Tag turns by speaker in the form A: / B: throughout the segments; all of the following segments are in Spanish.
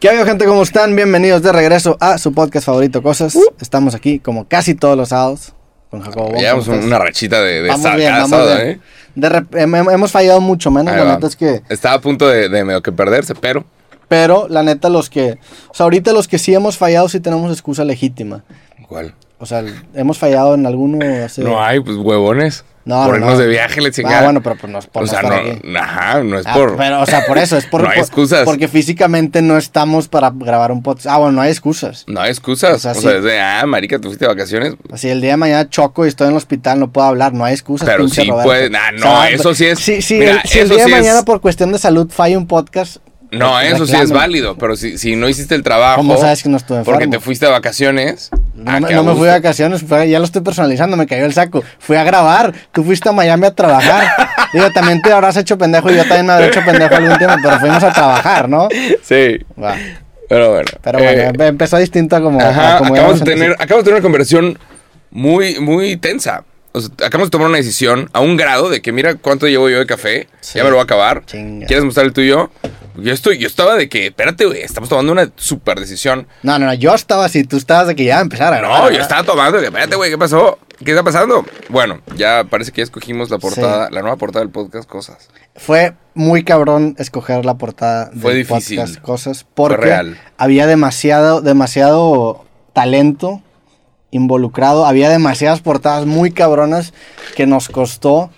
A: ¿Qué habido gente? ¿Cómo están? Bienvenidos de regreso a su podcast favorito Cosas. Estamos aquí como casi todos los sábados con Jacobo. Wong.
B: Llevamos
A: ¿Cómo estás?
B: una rachita de, de
A: Vamos
B: sa-
A: bien,
B: cada
A: vamos
B: sábado,
A: bien.
B: ¿eh?
A: De rep- hem- hem- hemos fallado mucho menos,
B: Ahí
A: la
B: va.
A: neta es que...
B: Estaba a punto de, de medio que perderse, pero
A: Pero la neta los que... O sea, ahorita los que sí hemos fallado sí tenemos excusa legítima.
B: ¿cuál?
A: O sea, hemos fallado en alguno hace...
B: No hay, pues huevones.
A: No,
B: por
A: no,
B: irnos
A: no.
B: de viaje, le chingada.
A: Ah, bueno, pero pues no es por
B: o
A: no
B: sea,
A: estar
B: no,
A: aquí.
B: ajá, no es
A: Ah,
B: por.
A: Pero, o sea, por eso, es por,
B: No hay
A: por-
B: excusas.
A: porque físicamente no estamos para grabar un podcast. Ah, bueno, no hay excusas.
B: No hay excusas.
A: O
B: O
A: sea,
B: sea,
A: sí.
B: es de, ah, marica, tú fuiste de vacaciones.
A: Así Pues el día de mañana choco y estoy en el hospital, no puedo hablar, no hay excusas.
B: Pero
A: pinche
B: sí
A: Roberto.
B: puede- ah, no, eso sí es-
A: Si, si
B: mira,
A: el, si el
B: eso
A: día de
B: sí es-
A: mañana por cuestión de salud falla un podcast.
B: No,
A: pues,
B: eso sí es
A: reclamen.
B: válido, pero si, si no hiciste el trabajo.
A: ¿Cómo sabes que no estuve
B: Porque
A: enfermo?
B: te fuiste de vacaciones. ah,
A: No, me-
B: qué
A: no me
B: gusto.
A: fui de vacaciones, fue- ya lo estoy personalizando, me cayó el saco. Fui a grabar, tú fuiste a Miami a trabajar. Digo, también te habrás hecho pendejo y yo también me habré hecho pendejo algún tiempo, pero fuimos a trabajar, ¿no?
B: Sí,
A: Va.
B: pero bueno.
A: Pero bueno,
B: eh,
A: em- empezó distinto a como, a
B: Ajá,
A: como
B: acabamos,
A: íbamos
B: de
A: en-
B: tener, acabamos de tener una conversación muy, muy tensa. O sea, acabamos de tomar una decisión a un grado de que mira cuánto llevo yo de café,
A: Sí.
B: ya me lo voy a acabar.
A: Chinga.
B: ¿Quieres mostrar el tuyo? Yo estoy, yo estaba de que, espérate, güey, estamos tomando una super decisión.
A: No, no, no, yo estaba así, tú estabas de que ya empezara.
B: No, yo estaba tomando, de que, espérate, güey, ¿qué pasó? ¿Qué está pasando? Bueno, ya parece que ya escogimos la portada, la nueva portada del podcast Cosas.
A: Fue muy cabrón escoger la portada
B: Fue
A: del
B: difícil.
A: podcast Cosas porque
B: real.
A: había demasiado, demasiado talento involucrado, había demasiadas portadas muy cabronas que nos costó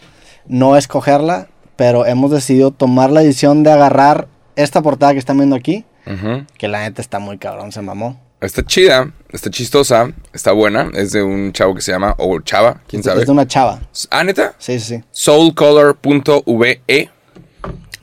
A: no escogerla, pero hemos decidido tomar la decisión de agarrar esta portada que están viendo aquí,
B: Ujú.
A: que la neta está muy cabrón, se mamó.
B: Está chida, está chistosa, está buena. Es de un chavo que se llama, o chava, quién sabe.
A: Es de una chava.
B: Ah, neta.
A: Sí, sí, sí.
B: soulcolor.ve. E.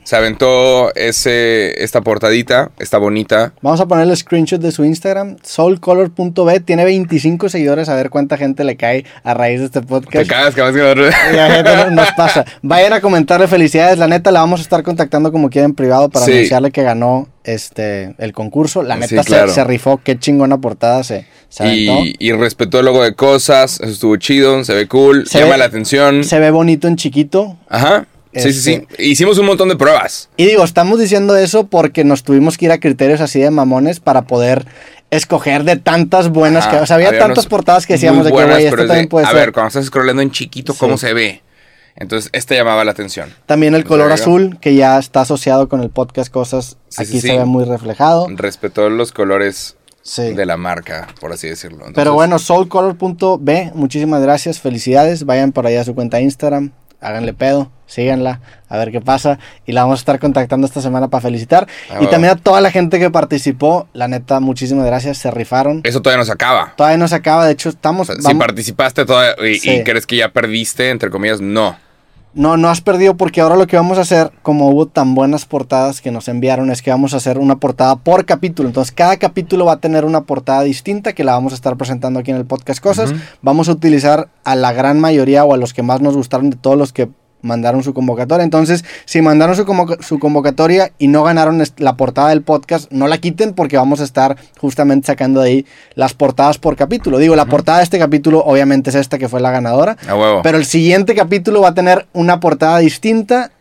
B: Se aventó ese, esta portadita, está bonita.
A: Vamos a poner el screenshot de su Instagram, soulcolor.b, tiene 25 seguidores, a ver cuánta gente le cae a raíz de este
B: Te
A: podcast.
B: cagas, cagas que nosotros-
A: Y la neta no- nos pasa. Vayan a comentarle felicidades. La neta la vamos a estar contactando como quiera en privado para
B: Sí.
A: anunciarle que ganó este el concurso. La
B: Sí,
A: neta se-
B: claro.
A: se, rifó. Qué chingona portada se, se aventó.
B: Y, y respetó el logo de cosas, eso estuvo chido, se ve cool,
A: Se
B: llama
A: ve-
B: la atención.
A: Se este ve bonito en chiquito.
B: Ajá. Sí, sí, sí. Hicimos un montón de pruebas.
A: Y digo, estamos diciendo eso porque nos tuvimos que ir a criterios así de mamones para poder escoger de tantas buenas
B: Ajá.
A: que... O sea, había, tantas
B: unos
A: portadas que decíamos
B: muy
A: de que,
B: buenas,
A: güey, esto
B: pero es
A: también
B: de,
A: puede
B: A
A: ser.
B: ver, cuando estás scrollando en chiquito, ¿cómo
A: Sí.
B: se ve? Entonces, este llamaba la atención.
A: También el color
B: Verga.
A: azul, que ya está asociado con el podcast Cosas,
B: Sí,
A: aquí
B: sí,
A: se
B: sí.
A: ve muy reflejado.
B: Respetó los colores
A: Sí.
B: de la marca, por así decirlo.
A: Pero
B: Entonces,
A: bueno, soulcolor.b, muchísimas gracias, felicidades, vayan por allá a su cuenta de Instagram, háganle pedo, síganla, a ver qué pasa y la vamos a estar contactando esta semana para felicitar.
B: Ah,
A: y
B: va.
A: también a toda la gente que participó, la neta, muchísimas gracias, se rifaron.
B: Eso todavía nos acaba.
A: Todavía no se acaba, de hecho estamos...
B: O sea, si
A: vamos-
B: participaste todavía y, y
A: Sí.
B: crees que ya perdiste, entre comillas, no.
A: no, no has perdido porque ahora lo que vamos a hacer, como hubo tan buenas portadas que nos enviaron, es que vamos a hacer una portada por capítulo. Entonces cada capítulo va a tener una portada distinta que la vamos a estar presentando aquí en el podcast Cosas.
B: Ujú.
A: Vamos a utilizar a la gran mayoría o a los que más nos gustaron de todos los que mandaron su convocatoria. Entonces, si mandaron su, convoca- su convocatoria y no ganaron est- la portada del podcast, no la quiten porque vamos a estar justamente sacando de ahí las portadas por capítulo. Digo, la portada de este capítulo obviamente es esta que fue la ganadora.
B: A huevo.
A: Pero el siguiente capítulo va a tener una portada distinta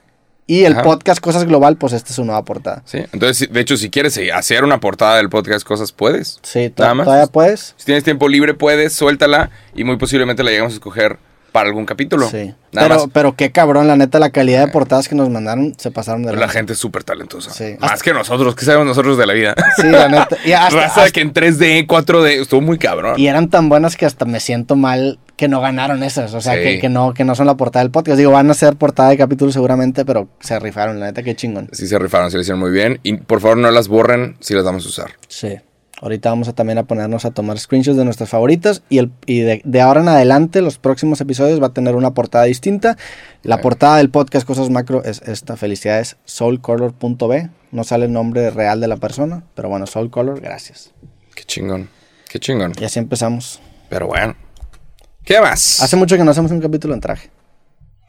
A: y el
B: Ajá.
A: podcast Cosas Global, pues esta es su nueva portada.
B: Sí, Entonces, si- de hecho, si quieres eh, hacer una portada del podcast Cosas, puedes.
A: Sí, to-
B: Nada más.
A: todavía puedes.
B: Si tienes tiempo libre, puedes, suéltala y muy posiblemente la llegamos a escoger para algún capítulo.
A: Sí.
B: Nada
A: Pero,
B: más.
A: pero qué cabrón, la neta, la calidad de portadas que nos mandaron se pasaron de
B: Pero la
A: lanza.
B: gente es súper talentosa.
A: Sí.
B: Más que nosotros. ¿Qué sabemos nosotros de la vida?
A: Sí, la neta. Y, hasta-
B: Raza
A: hasta-
B: que en 3D, 4D. Estuvo muy cabrón.
A: y eran tan buenas que hasta me siento mal que no ganaron esas. O sea,
B: Sí.
A: que, que no, que no son la portada del podcast. Digo, van a ser portada de capítulo seguramente, pero se rifaron, la neta, qué chingón.
B: Sí se rifaron, se lo hicieron muy bien. Y por favor, no las borren si las vamos a usar.
A: Sí. Ahorita vamos a también a ponernos a tomar screenshots de nuestras favoritas y, el, y de, de ahora en adelante los próximos episodios va a tener una portada distinta. La portada del podcast Cosas Macro es esta. Felicidades, soulcolor.b. No sale el nombre real de la persona, pero bueno, soulcolor, gracias.
B: Qué chingón. Qué chingón.
A: Y así empezamos.
B: Pero bueno. ¿Qué más?
A: Hace mucho que no hacemos un capítulo en traje.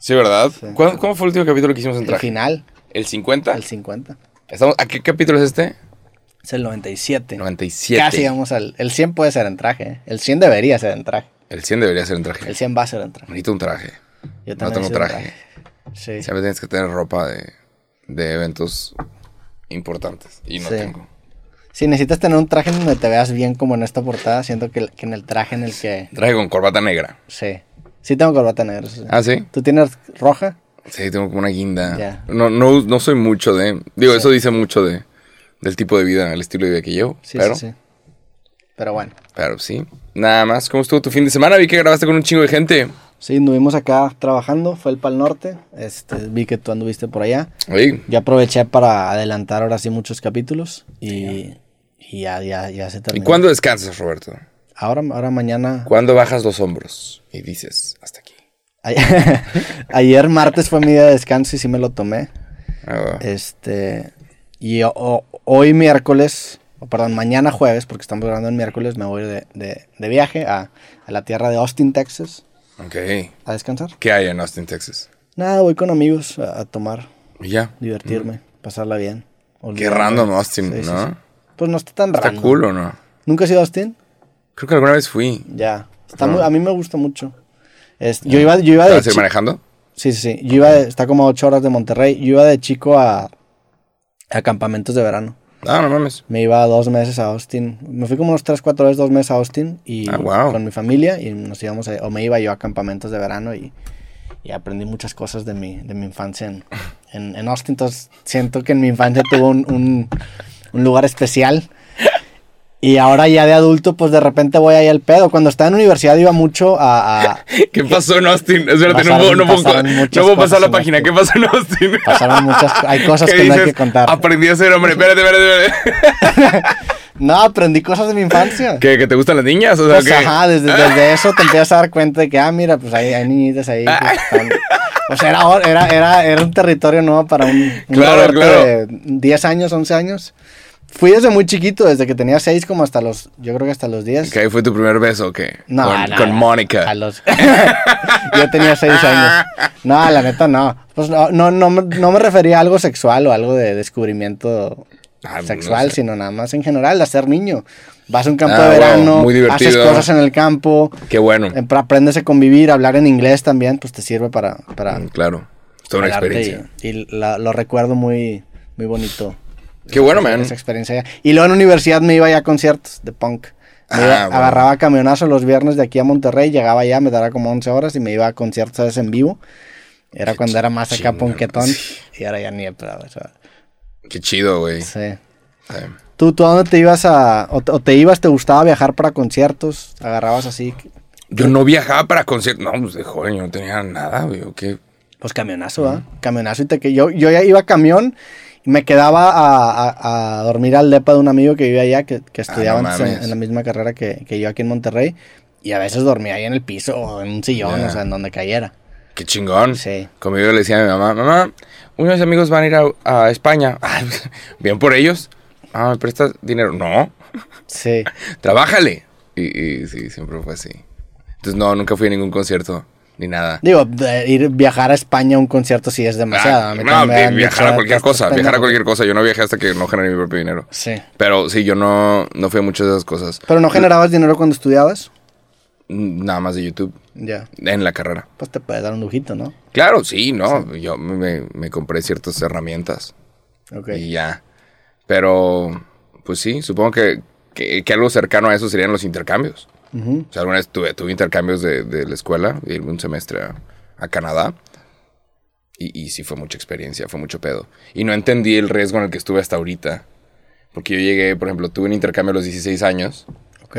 B: Sí, ¿verdad? ¿Cuándo- ¿Cómo fue el último capítulo que hicimos en
A: El
B: traje?
A: final,
B: ¿El 50?
A: el 50.
B: Estamos, ¿A qué capítulo es este?
A: Es el 97.
B: 97.
A: Casi vamos al... El 100 puede ser en traje. ¿eh? El 100 debería ser en traje.
B: El 100 debería ser un traje.
A: El 100 va a ser en traje.
B: Necesito un traje.
A: Yo
B: no tengo
A: hice un
B: traje.
A: Sí.
B: Siempre tienes que tener ropa de, de eventos importantes. Y no
A: Sí.
B: tengo.
A: Si necesitas tener un traje en donde te veas bien como en esta portada, siento que, que en el traje en el que...
B: Traje con corbata negra.
A: Sí. Sí tengo corbata negra. eso sí.
B: Ah, sí.
A: ¿Tú tienes roja?
B: Sí, tengo como una guinda.
A: Ya.
B: No, no, no soy mucho de. Digo, eso dice mucho de, del tipo de vida, el estilo de vida que llevo.
A: Sí,
B: pero,
A: sí, sí. Pero bueno.
B: pero sí. Nada más. ¿Cómo estuvo tu fin de semana? Vi que grabaste con un chingo de gente.
A: Sí, anduvimos acá trabajando, fue el Pal Norte, este, vi que tú anduviste por allá.
B: Oye,
A: Yo aproveché para adelantar ahora sí muchos capítulos y, y ya, ya, ya se
B: ¿y
A: terminó.
B: cuándo descansas, Roberto?
A: Ahora, ahora mañana.
B: ¿Cuándo bajas los hombros y dices hasta aquí?
A: a- Ayer martes fue mi día de descanso y sí me lo tomé.
B: Ah, va.
A: Este. Y o- o- hoy miércoles, o perdón, mañana jueves, porque estamos grabando el miércoles, me voy de, de- de viaje a, a la tierra de Austin, Texas,
B: Ok.
A: a descansar.
B: ¿Qué hay en Austin, Texas?
A: Nada, voy con amigos a, a tomar,
B: Y ya.
A: divertirme, pasarla bien.
B: Mm. Qué
A: olvidarme.
B: random Austin,
A: Sí, sí,
B: ¿no?
A: sí. Pues no está tan
B: Está
A: random.
B: cool o no.
A: ¿Nunca has ido a Austin?
B: Creo que alguna vez fui.
A: Ya. Está muy- a mí me gusta mucho. Es- yo iba, yo iba de
B: Ah, ¿Vas a ir
A: chico.
B: manejando?
A: Sí, sí, sí. Yo iba de- está como a 8 horas de Monterrey. Yo iba de chico a, a campamentos de verano.
B: Ah, no mames.
A: Me iba dos meses a Austin. Me fui como unos 3, 4 veces, dos meses a Austin. Y
B: Ah, wow.
A: con mi familia. Y nos íbamos a- o me iba yo a campamentos de verano. Y, y aprendí muchas cosas de mi, de mi infancia en, en, en Austin. Entonces siento que en mi infancia tuvo un, un- un lugar especial. Y ahora ya de adulto, pues de repente voy ahí al pedo. Cuando estaba en universidad iba mucho a- a,
B: ¿Qué pasó en Austin? Espérate, no
A: Pasaron-
B: puedo, no puedo-
A: pasaron
B: no
A: muchas
B: puedo pasar
A: cosas
B: la
A: en
B: página. ¿Qué
A: Austin.
B: pasó en Austin?
A: Pasaron muchas hay cosas
B: ¿Qué
A: que no hay
B: dices?
A: que contar.
B: Aprendí a ser hombre. Espérate, espérate, espérate.
A: No, aprendí cosas de mi infancia.
B: ¿Qué, ¿Que te gustan las niñas? O sea,
A: Pues,
B: ¿qué? Ah.
A: ajá, desde, desde eso te empiezas a dar cuenta de que, ah, mira, pues hay, hay niñitas ahí. que están- O sea, era, hor- era, era, era un territorio nuevo para un, un
B: Claro,
A: Roberto
B: claro.
A: de 10 años, 11 años. Fui desde muy chiquito, desde que tenía 6 como hasta los, yo creo que hasta los 10.
B: ¿Que ahí fue tu primer beso o qué?
A: No,
B: con,
A: no,
B: con
A: no.
B: Mónica.
A: A los- Yo tenía seis años. No, la neta no. Pues no, no, no, me- no me refería a algo sexual o algo de descubrimiento
B: Ah, no
A: sexual,
B: sé.
A: sino nada más en general, a ser niño. Vas a un campo
B: Ah,
A: de
B: bueno,
A: verano,
B: muy divertido.
A: haces cosas en el campo,
B: Qué bueno.
A: em- aprendes a convivir, hablar en inglés también, pues te sirve para... para
B: Mm, Claro. Es toda una
A: hablarte
B: experiencia.
A: Y, y la- lo recuerdo muy, muy bonito.
B: Qué bueno, man.
A: Esa experiencia. allá. Y luego en la universidad me iba ya a conciertos de punk. Me
B: Ah,
A: iba-
B: bueno.
A: Agarraba camionazo los viernes de aquí a Monterrey, llegaba allá, me daba como 11 horas y me iba a conciertos a veces en vivo. Era cuando era más acá
B: chingón,
A: ponquetón
B: sí.
A: y ahora ya ni he probado, o sea,
B: Qué chido, güey.
A: sí.
B: Ay,
A: ¿Tú, ¿Tú a dónde te ibas a... O te, o te ibas, te gustaba viajar para conciertos? ¿Agarrabas así?
B: Yo no viajaba para conciertos. No, pues de joven yo no tenía nada, güey. ¿o ¿Qué?
A: Pues camionazo, ¿ah? Camionazo y te que yo, yo ya iba a camión y me quedaba a, a- a dormir al depa de un amigo que vivía allá, que, que estudiaba
B: Ah, no
A: antes en-
B: mames.
A: en, la misma carrera que, que yo aquí en Monterrey. Y a veces dormía ahí en el piso o en un sillón,
B: Ya.
A: o sea, en donde cayera.
B: Qué chingón.
A: Sí.
B: Como yo le decía a mi mamá, mamá, unos amigos van a ir a, a España. Ay, pues, Bien por ellos. Ah, ¿me prestas dinero? No.
A: Sí.
B: Trabájale. Y, y sí, siempre fue así. Entonces, no, nunca fui a ningún concierto ni nada.
A: Digo, de ir viajar a España a un concierto sí es demasiado.
B: Ah,
A: A mí
B: no,
A: también me
B: vi-
A: han
B: viajar
A: dicho,
B: a cualquier
A: "Estás
B: cosa, viajar a
A: pendejo".
B: cualquier cosa. Yo no viajé hasta que no generé mi propio dinero.
A: Sí.
B: Pero sí, yo no, no fui a muchas de esas cosas.
A: ¿Pero no generabas dinero cuando estudiabas?
B: Nada más de YouTube,
A: Ya.
B: en la carrera.
A: Pues te puedes dar un lujito, ¿no?
B: Claro, sí, no. Yo me, me compré ciertas herramientas
A: Ok.
B: y ya. Pero, pues sí, supongo que, que- que algo cercano a eso serían los intercambios.
A: Ujú.
B: O sea, alguna vez tuve, tuve intercambios de, de la escuela, irme un semestre a, a Canadá. Y, y sí fue mucha experiencia, fue mucho pedo. Y no entendí el riesgo en el que estuve hasta ahorita. Porque yo llegué, por ejemplo, tuve un intercambio a los 16 años
A: Ok.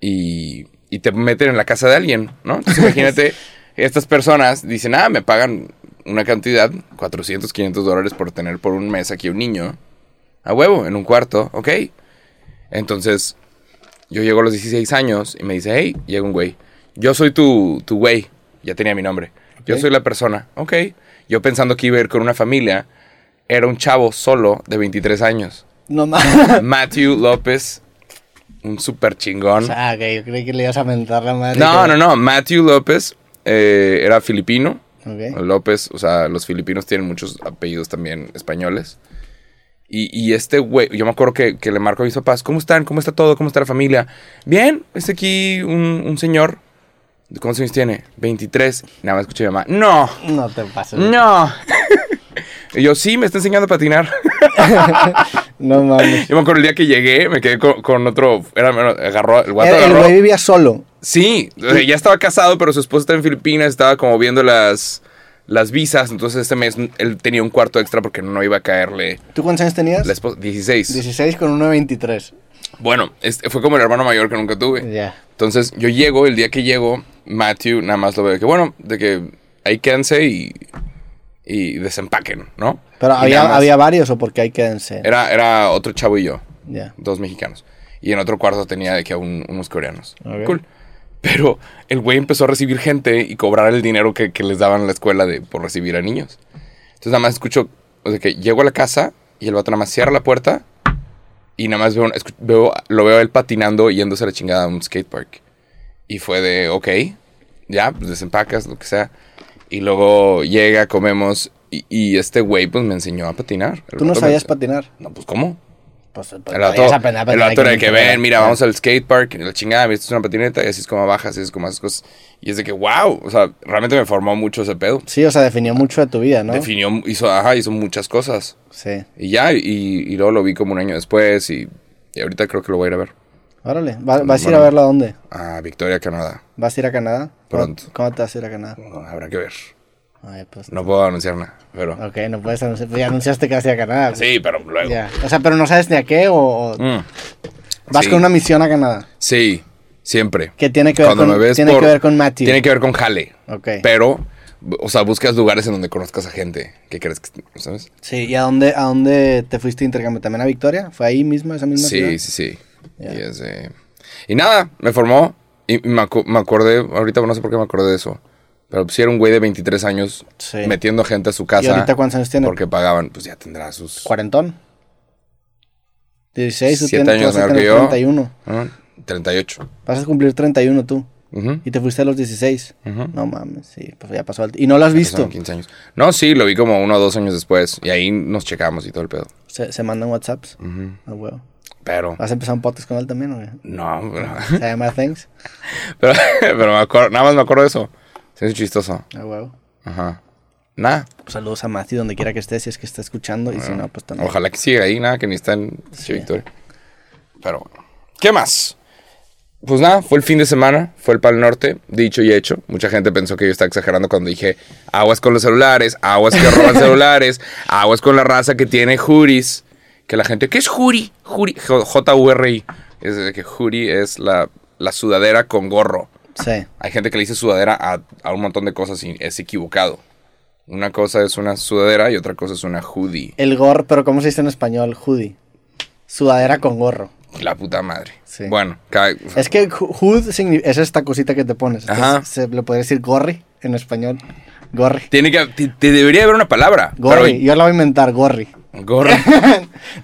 B: y, y te meten en la casa de alguien, ¿no? Entonces, imagínate, estas personas dicen, ah, me pagan una cantidad, 400, 500 dólares por tener por un mes aquí un niño, a huevo, en un cuarto, ok. Entonces, yo llego a los 16 años y me dice, hey, llega un güey, yo soy tu, tu güey, ya tenía mi nombre, yo
A: Ok.
B: soy la persona, ok. Yo pensando que iba a ir con una familia, era un chavo solo de 23 años.
A: No más.
B: Matthew López, un súper chingón.
A: ah, que yo creí que le ibas a mentar la madre.
B: No, no, no. Matthew López eh, era filipino.
A: Ok.
B: López, o sea, los filipinos tienen muchos apellidos también españoles. Y, y este güey, yo me acuerdo que, que le marco a mis papás, ¿cómo están? ¿Cómo está todo? ¿Cómo está la familia? Bien, está aquí un, un señor. ¿Cuántos años tiene? 23. Nada más escuché a mi mamá. No,
A: No te pases.
B: no. Y yo, sí, me está enseñando a patinar.
A: No mames.
B: Yo me acuerdo el día que llegué, me quedé con, con otro. Era, agarró, el guato
A: El- El
B: agarró-
A: güey vivía solo.
B: Sí, o sea, ya estaba casado, pero su esposa está en Filipinas, estaba como viendo las, las visas. Entonces este mes él tenía un cuarto extra porque no iba a caerle
A: ¿Tú cuántos años tenías?
B: la esposa. 16.
A: 16 con 1.23.
B: Bueno, este fue como el hermano mayor que nunca tuve.
A: Ya.
B: Entonces yo llego, el día que llego, Matthew nada más lo veo de que, bueno, de que ahí quédense y, y desempaquen, ¿no?
A: Pero
B: Y nada
A: había,
B: más.
A: había varios o porque ahí quédense.
B: Era, era otro chavo y yo.
A: Ya.
B: dos mexicanos. Y en otro cuarto tenía de que un- unos coreanos.
A: Ok.
B: Cool. Pero el güey empezó a recibir gente y cobrar el dinero que, que les daban en la escuela de, por recibir a niños. Entonces nada más escucho, o sea, que llego a la casa y el vato nada más cierra la puerta y nada más veo, un- escu- veo- lo veo a él patinando y yéndose a la chingada a un skatepark. Y fue de, ok, ya, pues desempacas, lo que sea. Y luego llega, comemos y, y este güey pues me enseñó a patinar. El
A: Tú no
B: vato me
A: sabías
B: ense-
A: patinar.
B: No, pues ¿cómo?
A: Pues, pues,
B: El
A: vayas
B: vato,
A: a aprender a
B: el
A: patinar aquí
B: vato era de
A: en
B: que
A: Monterrey.
B: ven, mira,
A: Ya.
B: vamos al skatepark, la chingada, mira, esto es una patineta, y así es como bajas, y así es como haces cosas. Y es de que, wow, o sea, realmente me formó mucho ese pedo.
A: Sí, o sea, definió mucho de tu vida, ¿no?
B: Definió, hizo, ajá, hizo muchas cosas.
A: sí.
B: Y ya, y, y luego lo vi como un año después, y, y ahorita creo que lo voy a ir a ver.
A: Órale. ¿va- ¿Vas a ir
B: Bueno.
A: a verlo a dónde?
B: A Victoria, Canadá.
A: ¿Vas a ir a Canadá? ¿Cómo-
B: Pronto.
A: ¿Cómo te vas a ir a Canadá?
B: Habrá que ver.
A: Ay, pues.
B: No puedo anunciar nada, pero.
A: Ok, no puedes anunciar. pues ya anunciaste que vas a ir a Canadá. güey.
B: Sí, pero luego.
A: Ya. O sea, pero no sabes ni a qué o, o
B: Mm,
A: vas
B: Sí.
A: con una misión a Canadá.
B: sí, siempre.
A: Que tiene que ver
B: Cuando
A: con,
B: me ves
A: tiene
B: por-
A: que ver con Matthew.
B: Tiene que ver con Jale.
A: Ok.
B: Pero, o sea, buscas lugares en donde conozcas a gente que crees que, ¿sabes?
A: Sí, ¿y a dónde, a dónde te fuiste de intercambio? ¿También a Victoria? ¿Fue ahí mismo, esa misma ciudad?
B: Sí, sí, sí.
A: Ya.
B: Y, es, eh, y nada, me formó y me, acu- me acordé, ahorita no sé por qué me acordé de eso, pero pues, sí era un güey de 23 años
A: Sí.
B: metiendo gente a su
A: ¿Y
B: casa
A: ahorita cuántos años tiene?
B: porque pagaban, pues ya tendrá sus...
A: ¿Cuarentón? 16, tú
B: Siete
A: tienes
B: años
A: vas a
B: menor que
A: tener
B: yo.
A: 31.
B: ¿no? 38.
A: Vas a cumplir 31 tú.
B: Ujú.
A: Y te fuiste a los 16.
B: Ujú.
A: No mames, sí, pues ya pasó. el- Y no lo has
B: Son
A: visto.
B: 15 años. No, sí, lo vi como uno o dos años después y ahí nos checamos y todo el pedo.
A: Se, se mandan WhatsApps.
B: Ujú.
A: Ah, huevo.
B: Pero...
A: ¿Vas a empezar un podcast con él también o qué?
B: No, pero,
A: Se llama Thanks.
B: pero, pero me acuerdo, nada más me acuerdo de eso. Sí, Es chistoso.
A: Ah, huevo.
B: Ajá. Nada.
A: Saludos a Mati donde quiera que estés, si es que está escuchando. Y si
B: Ah.
A: no, pues también.
B: Ojalá que siga ahí, nada, que ni está en Che Victoria. Pero bueno. ¿Qué más? Pues nada, fue el fin de semana, fue el Pal Norte, dicho y hecho. Mucha gente pensó que yo estaba exagerando cuando dije aguas con los celulares, aguas que roban celulares, aguas con la raza que tiene juris. Que la gente, ¿qué es juri? Juri, J- J-U-R-I. Es de que juri es la, la sudadera con gorro.
A: Sí.
B: Hay gente que le dice sudadera a, a un montón de cosas y es equivocado. Una cosa es una sudadera y otra cosa es una hoodie.
A: El gorro, pero ¿cómo se dice en español? Hoodie. Sudadera con gorro.
B: La puta madre.
A: Sí.
B: Bueno, cada-
A: Es que ho- hood signi- es esta cosita que te pones.
B: Ajá.
A: Entonces, Se, le podría decir gorri en español. Gorri.
B: tiene que te, te debería haber una palabra.
A: Gorri. Yo la voy a inventar, gorri.
B: Pero, gorro.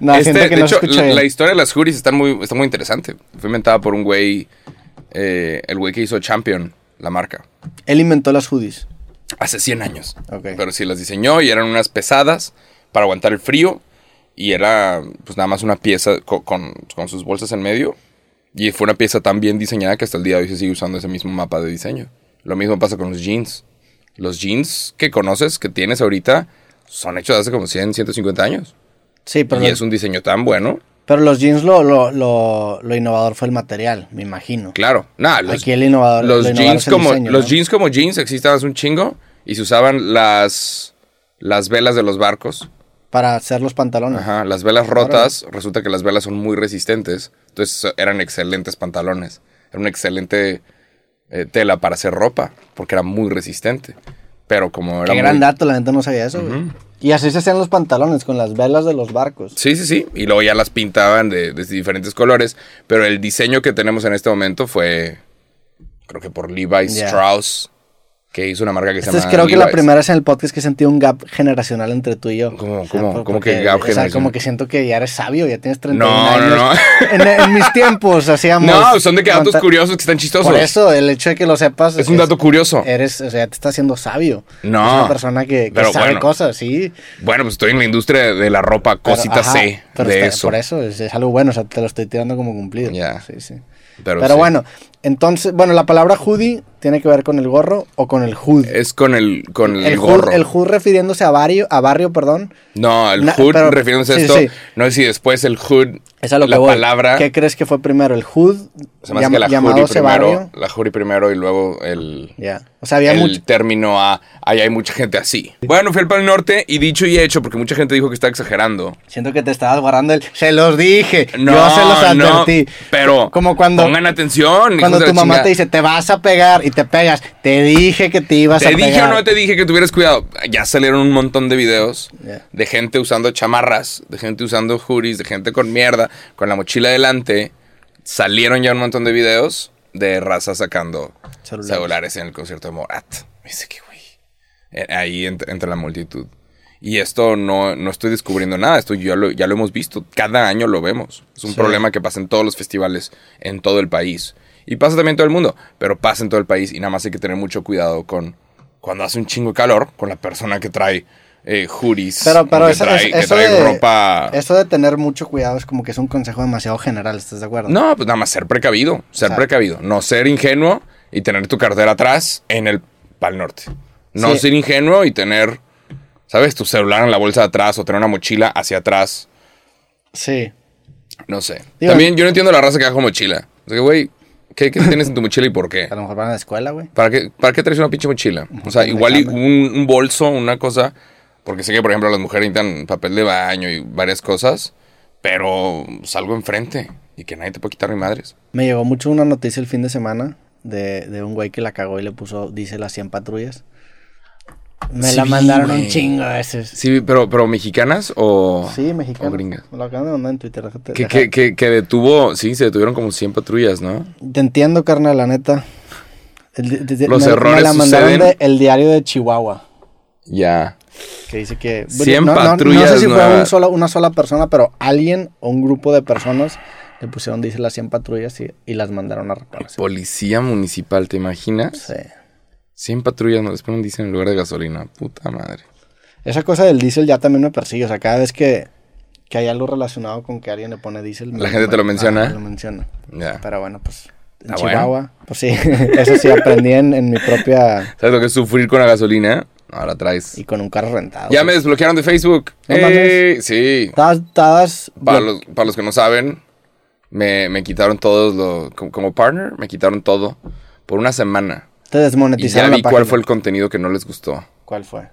A: No,
B: Este,
A: siento que
B: de
A: no
B: hecho,
A: escucho
B: la,
A: bien.
B: la historia de las juris está muy, está muy interesante. Fue inventada por un güey, eh, el güey que hizo Champion, la marca,
A: Él inventó las hoodies.
B: hace 100 años.
A: Ok.
B: Pero sí las diseñó y eran unas pesadas para aguantar el frío. Y era, pues nada más una pieza co- con, con sus bolsas en medio. Y fue una pieza tan bien diseñada que hasta el día de hoy se sigue usando ese mismo mapa de diseño. Lo mismo pasa con los jeans. Los jeans que conoces, que tienes ahorita, son hechos hace como 100, 150 años.
A: Sí, pero,
B: y
A: los,
B: es un diseño tan bueno.
A: pero los jeans lo, lo, lo, lo innovador fue el material, me imagino.
B: Claro, nada, los,
A: Aquí el innovador.
B: los
A: lo innovador
B: jeans
A: es el
B: como
A: diseño,
B: los
A: ¿no?
B: jeans como jeans existen hace un chingo y se usaban las las velas de los barcos.
A: Para hacer los pantalones.
B: Ajá, las velas rotas, resulta que las velas son muy resistentes, entonces eh, eran excelentes pantalones, era una excelente eh, tela para hacer ropa, porque era muy resistente, pero como era...
A: Qué
B: muy-
A: gran dato, la gente no sabía eso, güey. Y así se hacían los pantalones, con las velas de los barcos.
B: Sí, sí, sí, y luego ya las pintaban de, de diferentes colores, pero el diseño que tenemos en este momento fue, creo que por Levi
A: Ya.
B: Strauss, que hizo una marca que se
A: Esta es
B: llama
A: creo que la
B: Levi's.
A: primera vez en el podcast que he sentido un gap generacional entre tú y yo.
B: ¿Cómo-
A: O sea,
B: cómo-
A: por-
B: cómo que
A: porque,
B: gap
A: o sea,
B: generacional?
A: como que siento que ya eres sabio, ya tienes 31
B: No,
A: años.
B: no, no.
A: En, en mis tiempos hacíamos...
B: No, son de que datos
A: monta-
B: curiosos que están chistosos.
A: Por eso, eh, el hecho de que lo sepas...
B: es un dato curioso.
A: Eres, o sea, te está haciendo sabio.
B: No.
A: Es una persona que, que
B: Pero
A: sabe
B: bueno.
A: cosas, sí.
B: Bueno, pues estoy en la industria de la ropa,
A: Pero,
B: cosita
A: ajá,
B: C.
A: Pero
B: de
A: está-
B: eso.
A: por eso es, es algo bueno, o sea, te lo estoy tirando como cumplido.
B: Ya.
A: Sí, sí.
B: Pero,
A: Pero,
B: sí.
A: bueno, entonces, bueno, la palabra hoodie tiene que ver con el gorro o con el hood.
B: Es con el, con el,
A: el hood-
B: gorro.
A: el hood refiriéndose a barrio, a barrio, perdón.
B: no, el
A: Na-
B: hood,
A: pero-
B: refiriéndose a
A: sí,
B: esto.
A: sí.
B: No sé si después el hood,
A: Es a lo
B: la
A: que voy.
B: palabra.
A: ¿Qué crees que fue primero? ¿El hood?
B: se me hace
A: llam-
B: que la
A: llamado
B: jury primero.
A: Cebarrio?
B: La jury primero y luego el.
A: Ya. O sea, había
B: el
A: mucho.
B: término a ahí hay mucha gente así. Bueno, fui al Pal Norte y dicho y hecho, porque mucha gente dijo que estaba exagerando.
A: Siento que te estabas guardando el. Se los dije.
B: No,
A: yo se los
B: no,
A: advertí.
B: pero
A: Como cuando.
B: pongan atención. hijos
A: Cuando
B: de
A: tu
B: la
A: mamá
B: chingada.
A: te dice, te vas a pegar y te pegas, te dije que te ibas a
B: ¿Te dije
A: pegar.
B: o no te dije que tuvieras cuidado? Ya salieron un montón de videos
A: Ya.
B: de gente usando chamarras, de gente usando juris, de gente con mierda, con la mochila delante. Salieron ya un montón de videos de raza sacando celulares,
A: Celulares.
B: en el concierto de Morat. Me dice que, güey. eh, Ahí ent- entre, la multitud. Y esto no, no estoy descubriendo nada, esto ya lo, ya lo hemos visto, cada año lo vemos. Es un
A: Sí.
B: problema que pasa en todos los festivales, en todo el país. Y pasa también en todo el mundo, pero pasa en todo el país y nada más hay que tener mucho cuidado con cuando hace un chingo de calor, con la persona que trae eh, juris,
A: Pero, pero
B: o que
A: eso,
B: trae,
A: eso-
B: que
A: eso
B: trae
A: de,
B: ropa...
A: eso de tener mucho cuidado es como que es un consejo demasiado general, ¿estás de acuerdo?
B: No, pues nada más ser precavido, ser
A: Exacto.
B: precavido, no ser ingenuo y tener tu cartera atrás en el Pal Norte. No
A: Sí.
B: ser ingenuo y tener, ¿sabes? Tu celular en la bolsa de atrás o tener una mochila hacia atrás.
A: Sí.
B: No sé.
A: Digo-
B: También yo no entiendo la raza que haga con mochila. O sea, que, güey, ¿qué, qué tienes en tu mochila y por qué?
A: A lo mejor van a la escuela, güey.
B: ¿Para qué, ¿Para qué traes una pinche mochila? O sea,
A: Montón de
B: igual y
A: cama.
B: un, un bolso, una cosa. Porque sé que, por ejemplo, las mujeres necesitan papel de baño y varias cosas. Pero salgo enfrente y que nadie te puede quitar ni madres.
A: Me llegó mucho una noticia el fin de semana de, de un güey que la cagó y le puso, dice, las 100 patrullas. Me
B: Sí
A: la
B: vi,
A: mandaron
B: güey.
A: un chingo a veces.
B: Sí, pero, pero mexicanas o,
A: Sí,
B: o
A: mexicano.
B: gringas.
A: Me lo acaban de mandar en Twitter. déjate-
B: Que,
A: deja-
B: que, que, que detuvo, sí, se detuvieron como 100 patrullas, ¿no?
A: Te entiendo, carnal, la neta. El di- di- di-
B: Los
A: me,
B: errores
A: me la mandaron
B: suceden.
A: de El Diario de Chihuahua.
B: Ya.
A: Que dice que.
B: 100
A: no, no- No,
B: patrullas
A: sé si fue
B: nuevas.
A: un solo- una sola persona, pero alguien o un grupo de personas le pusieron, dice, las 100 patrullas y, y las mandaron a reparar.
B: Policía municipal, ¿te imaginas?
A: Sí.
B: 100 patrullas, no, les ponen diésel en lugar de gasolina. Puta madre.
A: Esa cosa del diésel ya también me persigue. O sea, cada vez que, que hay algo relacionado con que alguien le pone diésel. me-
B: La gente te lo
A: me-
B: menciona.
A: me lo menciona.
B: Ya.
A: Pero bueno, pues. En
B: Ah, bueno.
A: Chihuahua. Pues sí. Eso sí aprendí en, en mi propia.
B: ¿Sabes lo que es sufrir con la gasolina? Ahora traes.
A: Y con un carro rentado.
B: Ya me desbloquearon de Facebook.
A: No mames.
B: ¡Eh! Sí.
A: Estabas. estabas
B: Para
A: blo-
B: los, para los que no saben, me, me quitaron todos los. Como, como partner, me quitaron todo por una semana.
A: Te
B: Y
A: desmonetizaron
B: ya
A: la
B: vi cuál
A: página.
B: fue el contenido que no les gustó.
A: ¿Cuál fue?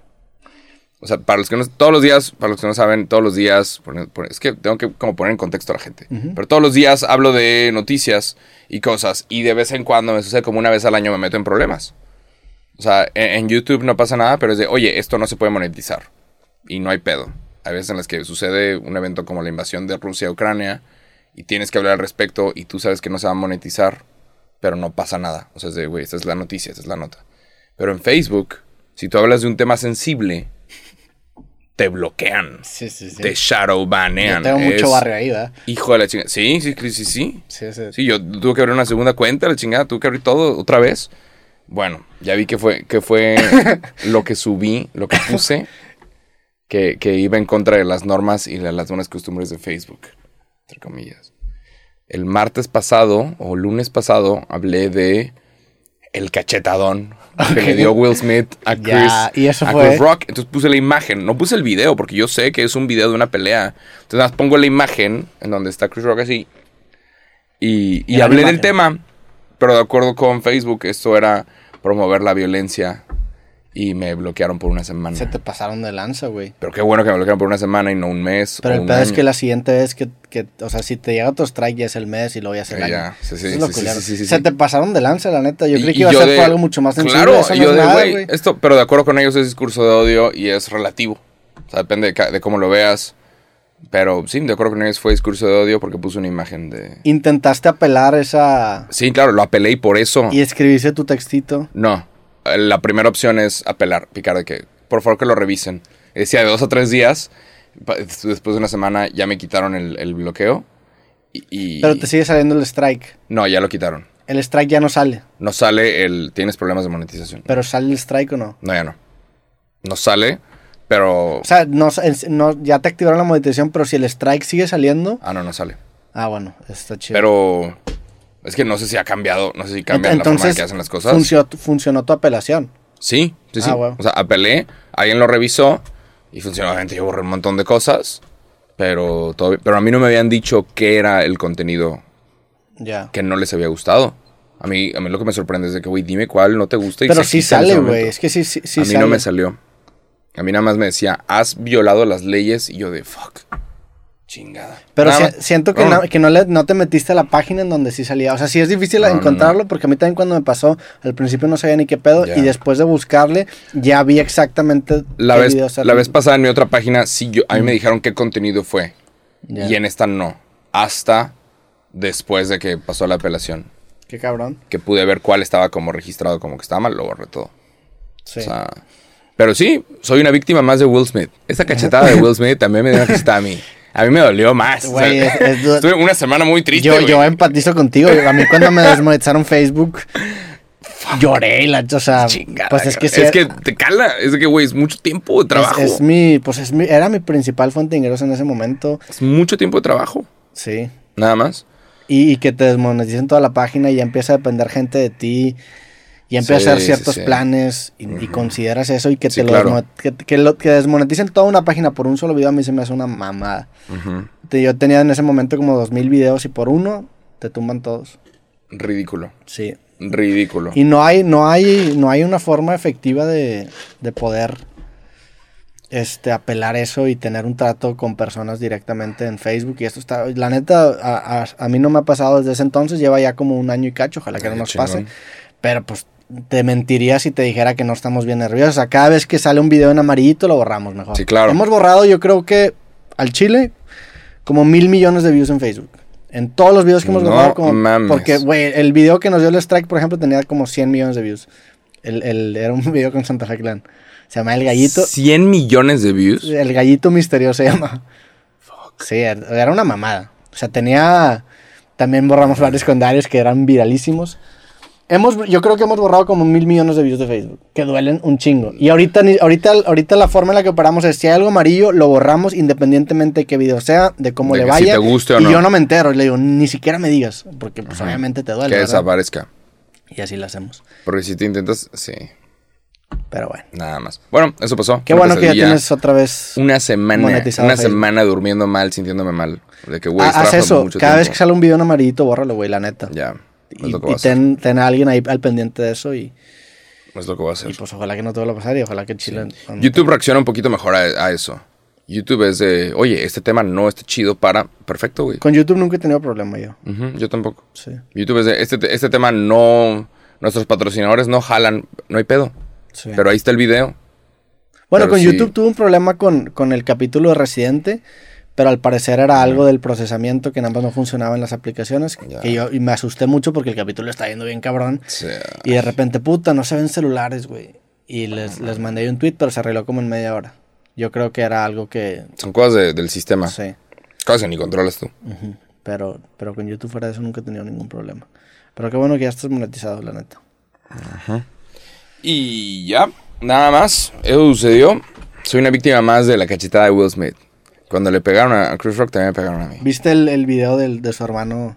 B: O sea, para los que no, todos los días, para los que no saben, todos los días, por- por- es que tengo que como poner en contexto a la gente, pero todos los días hablo de noticias y cosas y de vez en cuando me sucede como una vez al año me meto en problemas. O sea, en, en YouTube no pasa nada, pero es de, oye, esto no se puede monetizar y no hay pedo. Hay veces en las que sucede un evento como la invasión de Rusia a Ucrania y tienes que hablar al respecto y tú sabes que no se va a monetizar, pero no pasa nada. O sea, es de, güey, esta es la noticia, esta es la nota. Pero en Facebook, si tú hablas de un tema sensible, te bloquean,
A: Sí, sí, sí.
B: te shadowbanean.
A: Yo tengo mucho
B: Es-
A: barrio ahí, ¿verdad?
B: Hijo de la chingada. Sí, sí, sí, sí, sí.
A: Sí, sí.
B: Sí, yo tuve que abrir una segunda cuenta, la chingada, tuve que abrir todo otra vez. Bueno, ya vi que fue, que fue lo que subí, lo que puse, que, que iba en contra de las normas y de las buenas costumbres de Facebook, entre comillas. El martes pasado o lunes pasado hablé de el cachetadón que le dio Will Smith a Chris,
A: Ya, y eso
B: a
A: fue-
B: Chris Rock. Entonces puse la imagen, no puse el video porque yo sé que es un video de una pelea. Entonces nada más pongo la imagen en donde está Chris Rock así y, y
A: Era
B: hablé
A: la
B: del
A: imagen.
B: tema, pero de acuerdo con Facebook, esto era promover la violencia y me bloquearon por una semana.
A: Se te pasaron de lanza, güey.
B: Pero qué bueno que me bloquearon por una semana y no un mes.
A: Pero
B: o
A: el
B: un
A: pedo es
B: año.
A: que la siguiente vez que, que- o sea, si te llega tu strike ya es el mes y luego ya es el
B: Ya,
A: año.
B: sí,
A: Eso
B: sí,
A: es lo
B: sí, sí,
A: culero.
B: sí, sí, sí,
A: Se
B: sí.
A: te pasaron de lanza, la neta. Yo
B: Y-
A: creí que
B: y
A: iba a
B: yo
A: ser
B: de-
A: por algo mucho más sencillo.
B: Claro,
A: Eso no
B: yo
A: es
B: de,
A: nada,
B: güey, esto, pero de acuerdo con ellos es discurso de odio y es relativo. O sea, depende de, ca- de cómo lo veas. Pero sí, de acuerdo con ellos fue discurso de odio porque puse una imagen de...
A: Intentaste apelar esa...
B: Sí, claro, lo apelé y por eso...
A: Y escribiste tu textito.
B: No, eh, la primera opción es apelar, picar de que, por favor que lo revisen. Y Decía de dos a tres días, pa- después de una semana ya me quitaron el, el bloqueo y... y-
A: Pero te sigue saliendo el strike.
B: No, ya lo quitaron.
A: El strike ya no sale.
B: No sale el... Tienes problemas de monetización.
A: Pero sale el strike o no.
B: No, ya no. No sale. Pero.
A: O sea, no, es- no- ya te activaron la monetización, pero si el strike sigue saliendo.
B: Ah, no, no sale.
A: Ah, bueno, está chido.
B: Pero. Es que no sé si ha cambiado. No sé si cambian la forma en que hacen las cosas.
A: funcio- funcionó tu apelación.
B: Sí, sí, sí.
A: Ah, huevo.
B: O sea, apelé, alguien lo revisó y funcionó. Obviamente yo borré un montón de cosas, pero, todo, bien. pero a mí no me habían dicho qué era el contenido
A: Ya.
B: que no les había gustado. A mí, a mí lo que me sorprende es de que, güey, dime cuál no te gusta y
A: Pero
B: se
A: sí
B: quita en
A: sale,
B: ese momento.
A: güey. Es que sí, sí, sí
B: a mí
A: sale.
B: no me salió. A mí nada más me decía, has violado las leyes y yo de fuck. Chingada.
A: Pero
B: Nada
A: si-
B: más.
A: siento que,
B: No,
A: no, que no, le- no te metiste a la página en donde sí salía. O sea, sí es difícil
B: No, no,
A: encontrarlo porque a mí también cuando me pasó, al principio no sabía ni qué pedo
B: Ya.
A: y después de buscarle ya vi exactamente
B: La
A: qué
B: vez,
A: videos
B: la
A: eran.
B: vez pasada en mi otra página, sí, yo, a mí me dijeron qué contenido fue.
A: Ya.
B: Y en esta no. Hasta después de que pasó la apelación.
A: Qué cabrón.
B: Que pude ver cuál estaba como registrado, como que estaba mal, lo borré todo.
A: Sí.
B: O sea, pero sí, soy una víctima más de Will Smith. Esta cachetada de Will Smith también me dio una cachetada a mí. A mí me dolió más. o sea,
A: Güey, es- es-
B: estuve una semana muy triste.
A: yo,
B: güey.
A: yo empatizo contigo. A mí cuando me desmonetizaron Facebook, lloré. La, o sea,
B: Chingada,
A: pues es que,
B: cabrón.
A: sí, es-
B: te cala. Es de que, güey, es mucho tiempo de trabajo.
A: Es,
B: Es,
A: mi, pues es mi, era mi principal fuente de ingresos en ese momento.
B: mucho tiempo de trabajo.
A: Sí.
B: Nada más.
A: Y, y que te desmoneticen toda la página y ya empieza a depender gente de ti. Y empieza
B: Sí,
A: a hacer
B: sí,
A: ciertos
B: sí.
A: planes y, y consideras eso y que
B: Sí,
A: te lo
B: claro.
A: desmo- que, que lo- que desmoneticen toda una página por un solo video a mí se me hace una mamada.
B: Ujú.
A: Te- Yo tenía en ese momento como dos mil videos y por uno te tumban todos.
B: Ridículo.
A: Sí.
B: Ridículo.
A: Y no hay, no hay, no hay una forma efectiva de, de poder este, apelar eso y tener un trato con personas directamente en Facebook. Y esto está, la neta, a, a- a mí no me ha pasado desde ese entonces, lleva ya como un año y cacho, ojalá que no
B: Ay,
A: nos
B: chingón.
A: pase. Pero pues te mentiría si te dijera que no estamos bien nerviosos. O sea, cada vez que sale un video en amarillito lo borramos mejor.
B: Sí, claro.
A: Hemos borrado, yo creo que al Chile, como mil millones de views en Facebook. En todos los videos que hemos
B: No
A: borrado, como.
B: mames.
A: Porque, güey, el video que nos dio el strike, por ejemplo, tenía como 100 millones de views. El, el- era un video con Santa Fe Clan. Se llama El Gallito.
B: 100 millones de views.
A: El Gallito Misterioso se llama. Sí, era era una mamada. O sea, tenía. También borramos varios secundarios que eran viralísimos. Hemos, yo creo que hemos borrado como mil millones de views de Facebook, que duelen un chingo. Y ahorita, ni- ahorita, ahorita la forma en la que operamos es, si hay algo amarillo, lo borramos independientemente de qué video sea, de cómo
B: De
A: le
B: que si
A: vaya.
B: te guste o
A: y
B: no.
A: yo no me entero, y le digo, ni siquiera me digas, porque pues, obviamente te duele.
B: que
A: ¿verdad?
B: desaparezca.
A: Y así lo hacemos.
B: Porque si te intentas, sí,
A: Pero bueno.
B: nada más. Bueno, eso pasó.
A: Qué
B: Una
A: bueno que ya
B: pesadilla.
A: tienes otra vez...
B: una semana,
A: monetizado
B: una
A: Facebook.
B: semana durmiendo mal, sintiéndome mal. De que, güey,
A: Ah,
B: es
A: haz
B: trabajo de
A: eso.
B: mucho
A: Cada vez que
B: tiempo.
A: sale un video en amarillito, bórralo, güey, la neta.
B: Ya, es
A: Y,
B: Pues lo que voy
A: y
B: a hacer.
A: ten, ten a alguien ahí al pendiente de eso y,
B: Es lo que voy a hacer.
A: y, pues ojalá que no te vuelva a pasar y ojalá que Chile... no-
B: YouTube reacciona un poquito mejor a, a eso. YouTube es de, oye, este tema no está chido para... Perfecto, güey.
A: Con YouTube nunca he tenido problema yo.
B: Ujú, yo tampoco.
A: Sí.
B: YouTube es de, este, te- este tema no... Nuestros patrocinadores no jalan, no hay pedo.
A: sí.
B: Pero ahí está el video.
A: bueno,
B: pero
A: con
B: sí.
A: YouTube tuve un problema con, con el capítulo de Residente, pero al parecer era algo del procesamiento que en ambas no funcionaba en las aplicaciones.
B: Ya.
A: Que yo y me asusté mucho porque el capítulo está yendo bien cabrón.
B: O sea,
A: Y de repente, puta, no se ven celulares, güey. Y les, les mandé ahí un tweet, pero se arregló como en media hora. Yo creo que era algo que...
B: son cosas de- del sistema.
A: No sé.
B: Cosas que ni controlas tú.
A: Ujú. Pero, pero con YouTube fuera de eso nunca he tenido ningún problema. Pero qué bueno que ya estás monetizado, la neta.
B: Y ya, nada más. Eso sucedió. Soy una víctima más de la cachetada de Will Smith. Cuando le pegaron a Chris Rock, también me pegaron a mí.
A: ¿Viste el, el video del, de su hermano?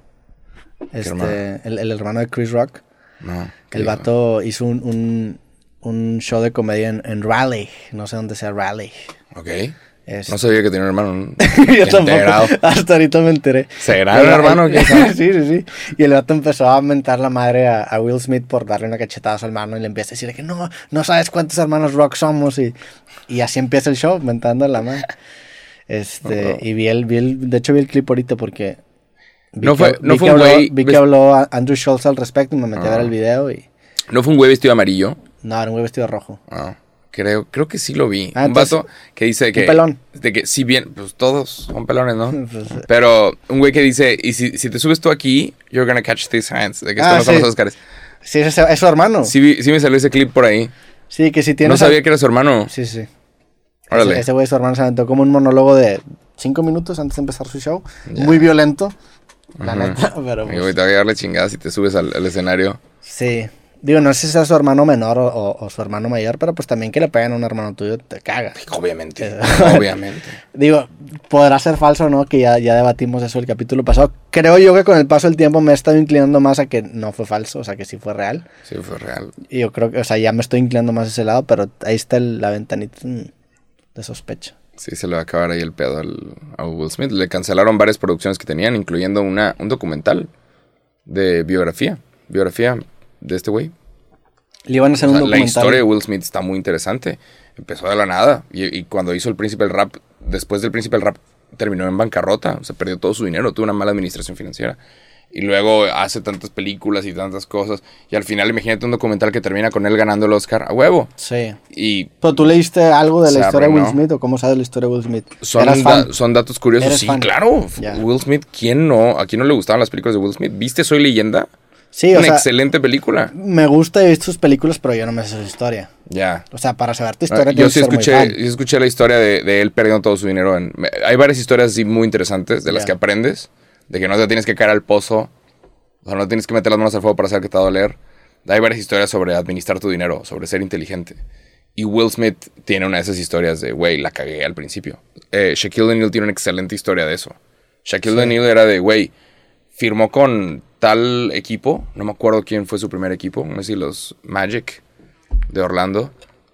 A: Este,
B: hermano?
A: El, el hermano de Chris Rock.
B: No, ¿qué
A: El
B: dijo?
A: vato hizo un, un, un show de comedia en, en Raleigh. No sé dónde sea Raleigh.
B: Ok.
A: Es-
B: No sabía que tenía un hermano.
A: Yo tampoco.
B: Integrado.
A: Hasta ahorita me enteré.
B: ¿Será
A: Y
B: el hermano?
A: el-
B: ¿Quién sabe?
A: sí, sí, sí. Y el vato empezó a mentar la madre a, a Will Smith por darle una cachetada a su hermano y le empieza a decir que no, no sabes cuántos hermanos rock somos. Y, y así empieza el show, mentando a la madre. Este, y vi el, vi el, de hecho vi el clip ahorita porque vi
B: No
A: que-
B: fue- no
A: vi
B: fue
A: que
B: un
A: habló-
B: güey- Ah.
A: Vi que
B: ves-
A: habló a Andrew Schultz al respecto y me metí a ver el video y...
B: No fue un güey vestido amarillo.
A: No, era un güey vestido de rojo.
B: No, creo, creo que sí lo vi.
A: Ah,
B: un
A: entonces,
B: vato que dice que.
A: pelón.
B: De que si bien, pues todos son pelones, ¿no?
A: Pues, eh.
B: Pero un güey que dice, y si, si te subes tú aquí, you're gonna catch these hands. De que
A: Ah,
B: esto no son
A: sí.
B: los Oscars.
A: Sí, es, es su hermano. Sí,
B: Sí, vi- sí me salió ese clip por ahí.
A: que si
B: No
A: tienes...
B: sabía que era su hermano.
A: Sí, sí.
B: Órale.
A: Ese- Ese güey, su hermano, se aventó como un monólogo de cinco minutos antes de empezar su show. Muy violento. La neta, pero
B: Y,
A: pues,
B: güey, te voy a darle chingadas si te subes al, al escenario.
A: Sí. Digo, no sé si sea su hermano menor o, o- o su hermano mayor, pero pues también que le peguen a un hermano tuyo te cagas.
B: Obviamente, obviamente.
A: Digo, podrá ser falso o no, que ya, ya debatimos eso el capítulo pasado. Creo yo que con el paso del tiempo me he estado inclinando más a que no fue falso, o sea, que sí fue real.
B: Sí, fue real.
A: Y yo creo que, o sea, ya me estoy inclinando más a ese lado, pero ahí está el- la ventanita mm, de sospecha.
B: Sí, se le va a acabar ahí el pedo al, a Will Smith. Le cancelaron varias producciones que tenían, incluyendo una, un documental de biografía. Biografía de este güey.
A: Le iban a hacer
B: O sea,
A: un
B: la
A: documental.
B: historia de Will Smith está muy interesante. Empezó de la nada. Y, y cuando hizo el Príncipe del Rap, después del Príncipe del Rap, terminó en bancarrota. O sea, perdió todo su dinero. Tuvo una mala administración financiera. Y luego hace tantas películas y tantas cosas. Y al final, imagínate un documental que termina con él ganando el Oscar a huevo.
A: Sí.
B: Y
A: Pero tú leíste algo de la
B: Se
A: historia de Will
B: arruinó.
A: Smith o cómo sabes la historia de Will Smith.
B: son,
A: ¿Eras
B: da-
A: fan?
B: son datos curiosos.
A: Eres
B: sí,
A: fan.
B: claro.
A: Ya.
B: Will Smith, ¿quién no? ¿A quién no le gustaban las películas de Will Smith? ¿Viste Soy Leyenda?
A: Sí, o
B: una
A: sea,
B: excelente película.
A: me gusta y he visto sus películas, pero yo no me sé su historia.
B: Ya.
A: O sea, para saber tu
B: Ah,
A: historia
B: Yo
A: tienes
B: sí
A: que ser muy
B: escuché,
A: fan.
B: sí escuché la historia de, de él perdiendo todo su dinero. en- me- hay varias historias así muy interesantes de las
A: Ya.
B: que aprendes. De que no te tienes que caer al pozo. O sea, no tienes que meter las manos al fuego para saber que te va a doler. Hay varias historias sobre administrar tu dinero, sobre ser inteligente. Y Will Smith tiene una de esas historias de, güey, la cagué al principio. Eh, Shaquille O'Neal tiene una excelente historia de eso. Shaquille O'Neal era de, güey, firmó con tal equipo, no me acuerdo quién fue su primer equipo, no sé si los Magic de Orlando.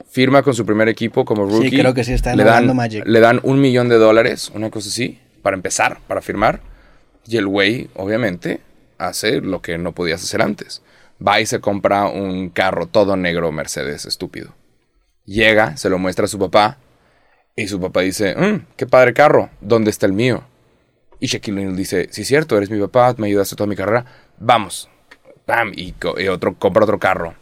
B: Firma con su primer equipo como rookie.
A: creo que sí, está en
B: le dan-
A: Orlando Magic.
B: Le dan un millón de dólares, una cosa así, para empezar, para firmar. Y el güey, obviamente, hace lo que no podías hacer antes. Va y se compra un carro todo negro Mercedes, estúpido. Llega, se lo muestra a su papá. Y su papá dice, "Mm, qué padre carro, ¿dónde está el mío? Y Shaquille O'Neal dice, sí, cierto, eres mi papá, me ayudaste toda mi carrera, vamos. Pam, y, co- y otro, compra otro carro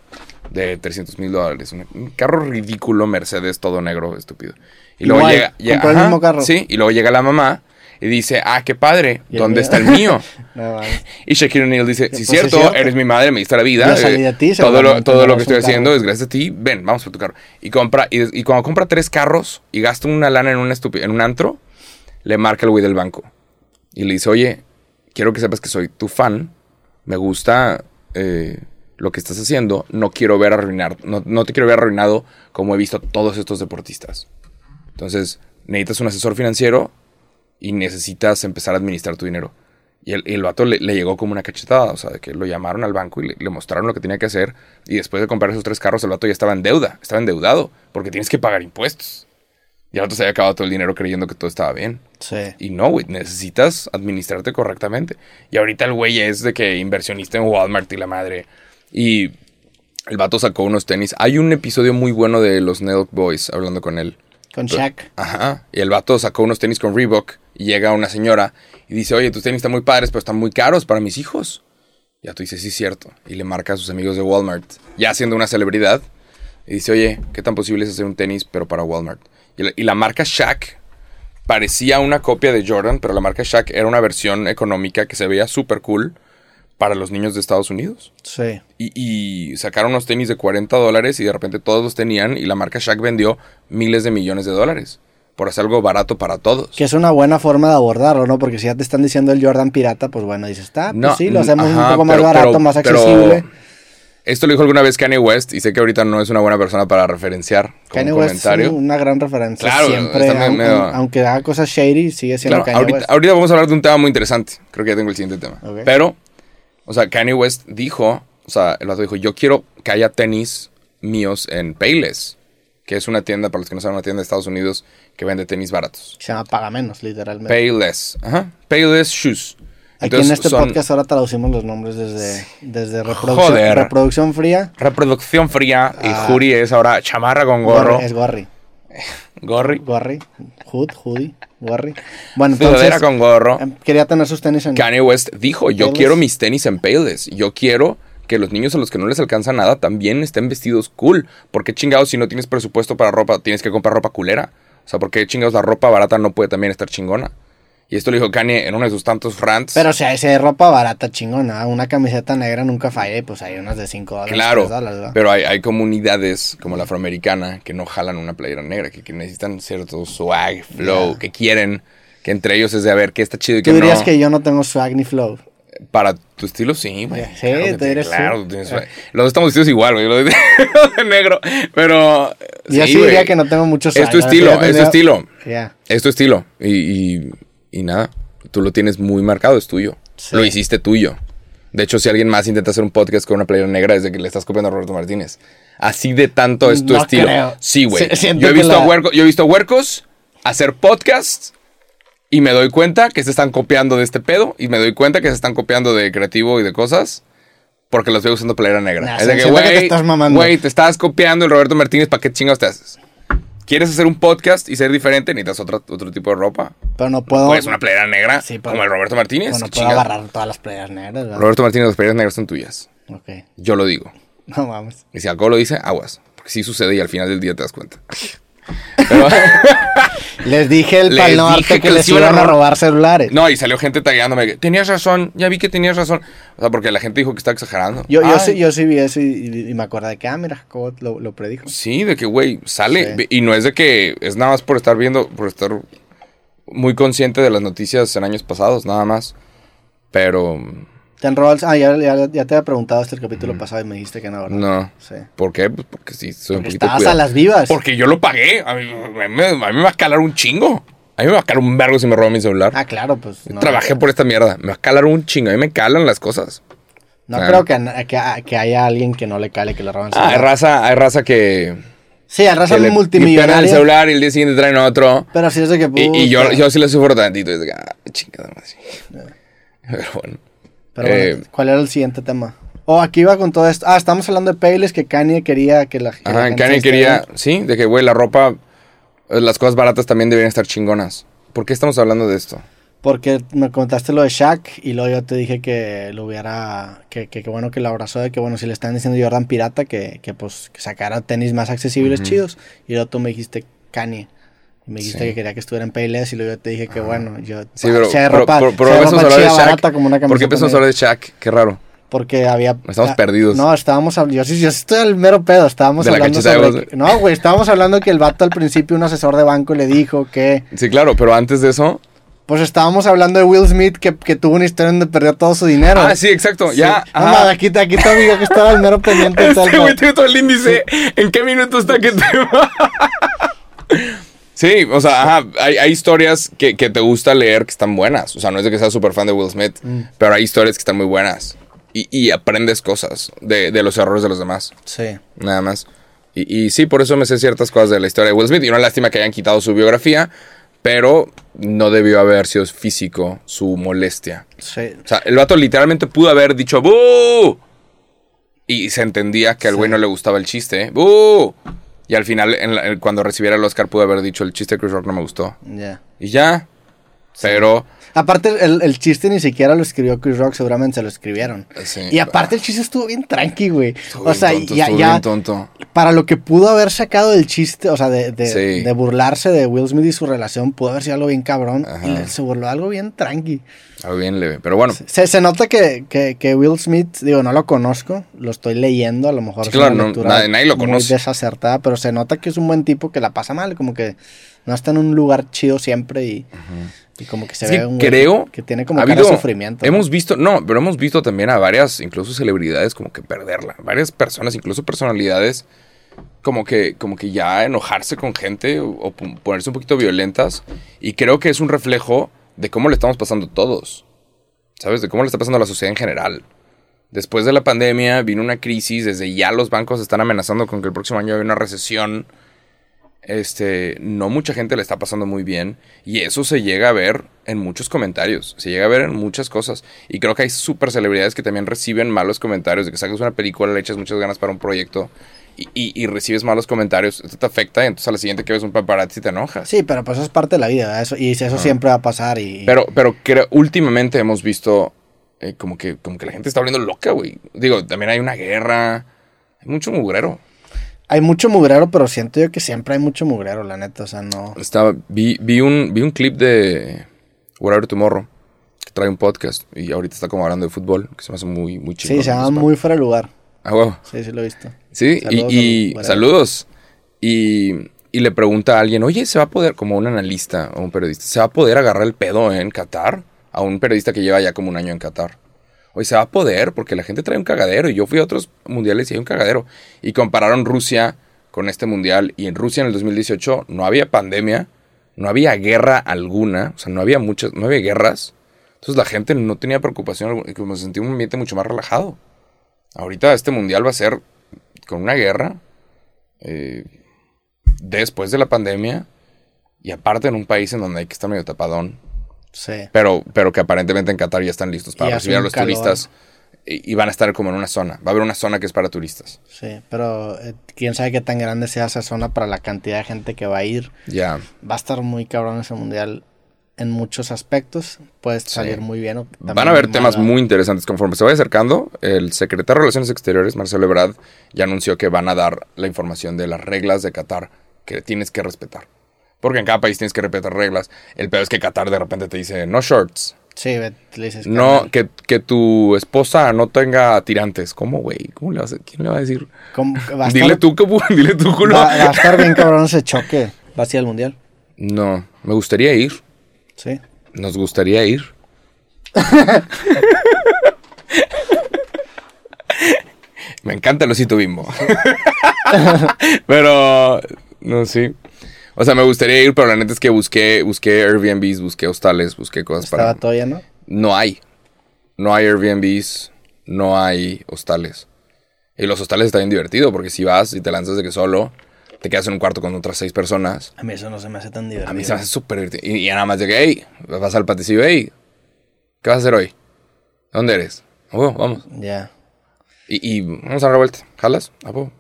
B: de 300 mil dólares. Un, un carro ridículo, Mercedes, todo negro, estúpido. Y luego
A: Igual,
B: llega... llega-
A: compró el mismo carro.
B: Sí, y luego llega la mamá y dice, ah, qué padre,
A: Y el
B: ¿dónde
A: mío?
B: está el mío?
A: No, mames.
B: Y Shaquille O'Neal dice,
A: Pues
B: sí,
A: es
B: cierto,
A: cierto.
B: eres mi madre, me diste la vida.
A: Yo salí de ti,
B: eh, todo lo,
A: seguramente
B: todo
A: no
B: lo
A: es
B: que estoy
A: un carro.
B: haciendo es gracias a ti. Ven, vamos por tu carro. Y compra, y, y cuando compra tres carros y gasta una lana en, una estupi- en un antro, le marca el güey del banco. Y le dice, oye, quiero que sepas que soy tu fan. Me gusta eh, lo que estás haciendo. No quiero ver arruinar, no, no te quiero ver arruinado como he visto a todos estos deportistas. Entonces, necesitas un asesor financiero y necesitas empezar a administrar tu dinero. Y el, el vato le, le llegó como una cachetada, o sea, de que lo llamaron al banco y le, le mostraron lo que tenía que hacer. Y después de comprar esos tres carros, el vato ya estaba en deuda, estaba endeudado, porque tienes que pagar impuestos. Y el vato se había acabado todo el dinero creyendo que todo estaba bien.
A: Sí.
B: Y no, güey, necesitas administrarte correctamente. Y ahorita el güey es de que inversionista en Walmart y la madre. Y el vato sacó unos tenis. Hay un episodio muy bueno de los Nelk Boys hablando con él.
A: Con Shaq.
B: Ajá. Y el vato sacó unos tenis con Reebok y llega una señora y dice, oye, tus tenis están muy padres, pero están muy caros para mis hijos. Ya tú dices, sí, cierto. Y le marca a sus amigos de Walmart, ya siendo una celebridad. Y dice, oye, ¿qué tan posible es hacer un tenis, pero para Walmart? Y la, y la marca Shaq parecía una copia de Jordan, pero la marca Shaq era una versión económica que se veía súper cool para los niños de Estados Unidos.
A: Sí.
B: Y, y sacaron unos tenis de 40 dólares y de repente todos los tenían y la marca Shaq vendió miles de millones de dólares por hacer algo barato para todos.
A: Que es una buena forma de abordarlo, ¿no? Porque si ya te están diciendo el Jordan pirata, pues bueno, dices, está, pues sí, lo hacemos un
B: ajá,
A: poco más
B: pero-
A: barato,
B: pero-
A: más
B: pero
A: accesible.
B: esto lo dijo alguna vez Kanye West y sé que ahorita no es una buena persona para referenciar como
A: Kanye West es
B: comentario.
A: un- una gran referencia.
B: Claro,
A: siempre,
B: está medio-
A: aun-
B: medio-
A: aun- aunque haga cosas shady, sigue siendo
B: Claro,
A: Kanye
B: ahorita,
A: West.
B: ahorita vamos a hablar de un tema muy interesante. Creo que ya tengo el siguiente tema.
A: Ok.
B: Pero, o sea, Kanye West dijo, o sea, el vato dijo, yo quiero que haya tenis míos en Payless, que es una tienda, para los que no saben, una tienda de Estados Unidos que vende tenis baratos.
A: Se llama Paga Menos, literalmente.
B: Payless, ajá, Payless Shoes.
A: Aquí en este
B: son
A: podcast ahora traducimos los nombres desde, desde reproducción,
B: Joder.
A: reproducción fría.
B: Reproducción fría y
A: Ah.
B: Juri es ahora chamarra con gorro.
A: Gorri, es Gorri.
B: Gorri.
A: Gorri. Hood, hoodie, Gorri. Bueno,
B: Sudadera
A: entonces
B: con gorro.
A: em, quería tener sus tenis en...
B: Kanye West dijo, yo
A: Payless.
B: quiero mis tenis en Payless. Yo quiero que los niños a los que no les alcanza nada también estén vestidos cool. Porque chingados si no tienes presupuesto para ropa, tienes que comprar ropa culera? O sea, porque chingados la ropa barata no puede también estar chingona? Y esto lo dijo Kanye en uno de sus tantos rants.
A: Pero o sea, ese de ropa barata chingona, ¿ah? una camiseta negra nunca falla y pues hay unas de 5 dólares.
B: claro,
A: tres dólares, ¿verdad?
B: pero hay, hay comunidades como la afroamericana que no jalan una playera negra, que, que necesitan cierto swag, flow,
A: Ya.
B: que quieren, que entre ellos es de a ver qué está chido y
A: Tú
B: qué no.
A: dirías que yo no tengo swag ni flow.
B: Para tu estilo, sí, güey.
A: Sí, tú eres Ah.
B: Claro,
A: tú.
B: tienes- los estamos vestidos igual, güey. Los de negro. Pero.
A: Yo sí,
B: güey.
A: diría que no tengo muchos
B: Es tu
A: años,
B: estilo,
A: ya
B: es tu
A: tendría-
B: estilo.
A: Ya.
B: Es tu estilo. Y, y- y nada. Tú lo tienes muy marcado, es tuyo.
A: Sí.
B: Lo hiciste tuyo. De hecho, si alguien más intenta hacer un podcast con una playera negra, es de que le estás copiando a Roberto Martínez. Así de tanto es tu
A: No
B: estilo.
A: creo.
B: Sí, güey.
A: Sí, siento
B: yo, he
A: que
B: visto a
A: la-
B: huerco- yo he visto a huercos hacer podcasts y me doy cuenta que se están copiando de este pedo y me doy cuenta que se están copiando de creativo y de cosas porque los veo usando playera negra.
A: Nah,
B: es de que,
A: siento que te
B: güey,
A: estás mamando.
B: güey, te estás copiando el Roberto Martínez, ¿para qué chingados te haces? ¿Quieres hacer un podcast y ser diferente? ¿Necesitas otro, otro tipo de ropa?
A: Pero no puedo.
B: Pues una playera negra,
A: Sí, pero-
B: como el Roberto Martínez.
A: pero no
B: ¿qué
A: puedo
B: chingados?
A: agarrar todas las playas negras, ¿verdad?
B: Roberto Martínez, las playeras negras son tuyas.
A: Ok.
B: Yo lo digo.
A: No mames.
B: Y si algo lo dice, aguas. Porque sí sucede y al final del día te das cuenta. Pero-
A: Les dije el
B: Les
A: Pal
B: dije
A: Norte
B: que
A: que
B: les
A: les
B: iban a
A: iban a
B: robar-
A: robar celulares.
B: no, y salió gente tagueándome. que, Tenías razón, ya vi que tenías razón. O sea, porque la gente dijo que estaba exagerando.
A: Yo, yo,
B: Ay,
A: sí, yo sí vi eso y, y- y me acordé de que, ah, mira, Jacobo lo, lo predijo.
B: Sí, de que, güey, sale.
A: Sí.
B: Ve- Y no es de que es nada más por estar viendo, por estar muy consciente de las noticias en años pasados, nada más. Pero
A: Te han robado el- Ah, ya, ya, ya te había preguntado hasta el capítulo pasado y me dijiste que no, ¿verdad?
B: Mm. no.
A: Sí.
B: ¿Por qué? Pues porque sí, soy un
A: Porque
B: poquito
A: estabas
B: cuidado.
A: a las vivas.
B: Porque yo lo pagué. A mí, a mí me- a mí me va a calar un chingo. A mí me va a calar un vergo si me roban mi celular.
A: Ah, claro, pues. No,
B: Trabajé por esta mierda. Me va a calar un chingo. A mí me calan las cosas.
A: No
B: Claro.
A: creo que, a- que, a- que haya alguien que no le cale que le roban
B: Ah, hay
A: celular.
B: raza, hay raza que.
A: sí, a
B: que
A: razón
B: le limpian el
A: multimillonaria.
B: celular y el día siguiente traen otro.
A: Pero sí es de que.
B: Y, y yo,
A: puta.
B: yo sí le sufro tantito. Es de que, ah, chingada madre. Pero bueno.
A: Pero bueno,
B: eh,
A: ¿cuál era el siguiente tema? Oh, aquí iba con todo esto. Ah, estamos hablando de Payless que Kanye quería que la que la
B: Ajá,
A: gente
B: Kanye
A: se
B: quería.
A: esté-
B: Sí, de que, güey, la ropa. eh, Las cosas baratas también deberían estar chingonas. ¿Por qué estamos hablando de esto?
A: Porque me contaste lo de Shaq y luego yo te dije que lo hubiera. Que, que, que bueno que lo abrazó, de que bueno, si le están diciendo Jordan Pirata, que, que pues que sacara tenis más accesibles chidos. Y luego tú me dijiste Kanye. Y me dijiste
B: Sí. Ah.
A: que quería que estuviera en Payless y luego yo te dije que bueno, yo.
B: Sí, pero.
A: Ah, sea de
B: pero-
A: ropa-
B: pero- pero
A: sea de
B: empezamos a
A: ropa
B: hablar de
A: chida,
B: Shaq.
A: barata como una
B: ¿Por qué
A: camiseta
B: empezamos a
A: media.
B: hablar de Shaq? Qué raro.
A: Porque había.
B: Estamos
A: ah,
B: perdidos.
A: No, estábamos hablando. Yo sí, yo sí estoy al mero pedo. Estábamos
B: De la
A: hablando
B: cacheta de
A: sobre.
B: voz.
A: que- no, güey, estábamos hablando que el vato al principio, un asesor de banco, le dijo que.
B: Sí, claro, pero antes de eso.
A: Pues estábamos hablando de Will Smith que, que tuvo una historia donde perdió todo su dinero.
B: Ah, sí, exacto.
A: Sí.
B: Ya.
A: No,
B: ajá.
A: mames, aquí, aquí tu amigo que estaba al mero pendiente. de todo el
B: Este güey
A: pedo.
B: tiene todo el índice. ¿En qué minuto está que te va? Sí, o sea, ajá, hay, hay historias que, que te gusta leer que están buenas. O sea, no es de que seas súper fan de Will Smith, pero hay historias que están muy buenas. Y, y aprendes cosas de, de los errores de los demás,
A: Sí.
B: nada más. Y, y sí, por eso me sé ciertas cosas de la historia de Will Smith. Y una lástima que hayan quitado su biografía, pero no debió haber sido físico su molestia.
A: Sí.
B: O sea, el vato literalmente pudo haber dicho ¡Bú! Y se entendía que al güey no le gustaba el chiste. ¿eh? ¡Bú! Y al final, en la- en- cuando recibiera el Oscar, pudo haber dicho el chiste de Chris Rock no me gustó.
A: Ya.
B: Y ya. Pero.
A: Aparte, el, el chiste ni siquiera lo escribió Chris Rock, seguramente se lo escribieron.
B: Sí.
A: y aparte, el chiste estuvo bien tranqui, güey.
B: estuvo
A: O sea,
B: bien tonto,
A: ya,
B: estuvo
A: ya-
B: bien tonto.
A: para lo que pudo haber sacado del chiste, o sea, de, de-
B: Sí.
A: de burlarse de Will Smith y su relación, pudo haber sido algo bien cabrón.
B: Ajá.
A: Y le- se burló algo bien tranqui.
B: Algo bien leve. Pero bueno.
A: Se, se nota que, que- que Will Smith, digo, no lo conozco, lo estoy leyendo, a lo mejor
B: Sí,
A: es una
B: claro, no,
A: lectura
B: nadie- nadie lo
A: muy
B: conoce.
A: desacertada, pero se nota que es un buen tipo que la pasa mal, como que no está en un lugar chido siempre y, y como que se
B: es que
A: ve un güey
B: creo.
A: que, que tiene como
B: ha
A: cara de
B: habido-
A: sufrimiento. ¿no?
B: Hemos visto. No, pero hemos visto también a varias, incluso celebridades, como que perderla. Varias personas, incluso personalidades. como que, como que ya enojarse con gente o, o pon- ponerse un poquito violentas. Y creo que es un reflejo de cómo le estamos pasando todos. ¿Sabes? De cómo le está pasando a la sociedad en general. Después de la pandemia vino una crisis, desde ya los bancos están amenazando con que el próximo año hay una recesión. Este, no mucha gente le está pasando muy bien y eso se llega a ver en muchos comentarios, se llega a ver en muchas cosas y creo que hay super celebridades que también reciben malos comentarios de que sacas una película, le echas muchas ganas para un proyecto y, y- y recibes malos comentarios, esto te afecta y entonces a la siguiente que ves un paparazzi te enojas.
A: Sí, pero pues eso es parte de la vida, ¿verdad? eso, y eso siempre va a pasar y...
B: Eh, Pero, pero creo, últimamente hemos visto eh, como, que, como que la gente está volviendo loca, güey. Digo, también hay una guerra, hay mucho mugrero.
A: Hay mucho mugrero, pero siento yo que siempre hay mucho mugrero, la neta, o sea, no...
B: Estaba, vi, vi, un, vi un clip de Whatever Tomorrow, que trae un podcast y ahorita está como hablando de fútbol, que se me hace muy, muy chido.
A: Sí, se llama muy fuera de lugar.
B: Ah, huevo.
A: Sí, sí lo he visto.
B: Sí,
A: Saludos
B: y, y-
A: al-
B: saludos. Y, y le pregunta a alguien, oye, ¿se va a poder, como un analista o un periodista, ¿se va a poder agarrar el pedo en Qatar? A un periodista que lleva ya como un año en Qatar. hoy se va a poder porque la gente trae un cagadero. Y yo fui a otros mundiales y hay un cagadero. Y compararon Rusia con este mundial. Y en Rusia en el 2018 no había pandemia, no había guerra alguna, o sea, no había muchas, no había guerras. Entonces la gente no tenía preocupación alguna. Y como se sentía un ambiente mucho más relajado. Ahorita este mundial va a ser con una guerra. eh, después de la pandemia. Y aparte en un país en donde hay que estar medio tapadón.
A: Sí.
B: Pero, pero que aparentemente en Qatar ya están listos
A: Y
B: para
A: hace
B: recibir a
A: un
B: los
A: calor.
B: turistas. Y, y van a estar como en una zona. Va a haber una zona que es para turistas.
A: Sí, pero eh, quién sabe qué tan grande sea esa zona para la cantidad de gente que va a ir.
B: Ya.
A: Va a estar muy cabrón ese mundial en muchos aspectos. Puede salir muy bien. o también
B: Van a haber
A: muy
B: temas
A: mal.
B: muy interesantes. Conforme se vaya acercando, el secretario de Relaciones Exteriores, Marcelo Ebrard, ya anunció que van a dar la información de las reglas de Qatar que tienes que respetar. Porque en cada país tienes que respetar reglas. El peor es que Qatar de repente te dice no shorts.
A: Sí, ve, le dices.
B: No,
A: carnal,
B: que, que tu esposa no tenga tirantes. ¿Cómo, güey? ¿Cómo le vas a- ¿Quién le va a decir?
A: ¿cómo que va a
B: Dile
A: estar-
B: tú, que dile tú, culo.
A: Va, va a estar bien cabrón ese choque. Va a ser el mundial.
B: No, me gustaría ir.
A: Sí.
B: Nos gustaría ir. Me encanta el osito bimbo. pero, no, sí. O sea, me gustaría ir, pero la neta es que busqué, busqué Airbnbs, busqué hostales, busqué cosas
A: Estaba
B: para...
A: todavía, ¿no?
B: No hay. No hay Airbnbs, no hay hostales. Y los hostales están bien divertidos porque si vas y te lanzas de que solo, te quedas en un cuarto con otras seis personas.
A: A mí eso no se me hace tan divertido.
B: A mí se me hace súper divertido. Y, y nada más de que, hey, vas al paticillo, hey, ¿qué vas a hacer hoy? ¿Dónde eres? A huevo, vamos.
A: Ya.
B: Y, y vamos a dar la vuelta. ¿Jalas? A huevo.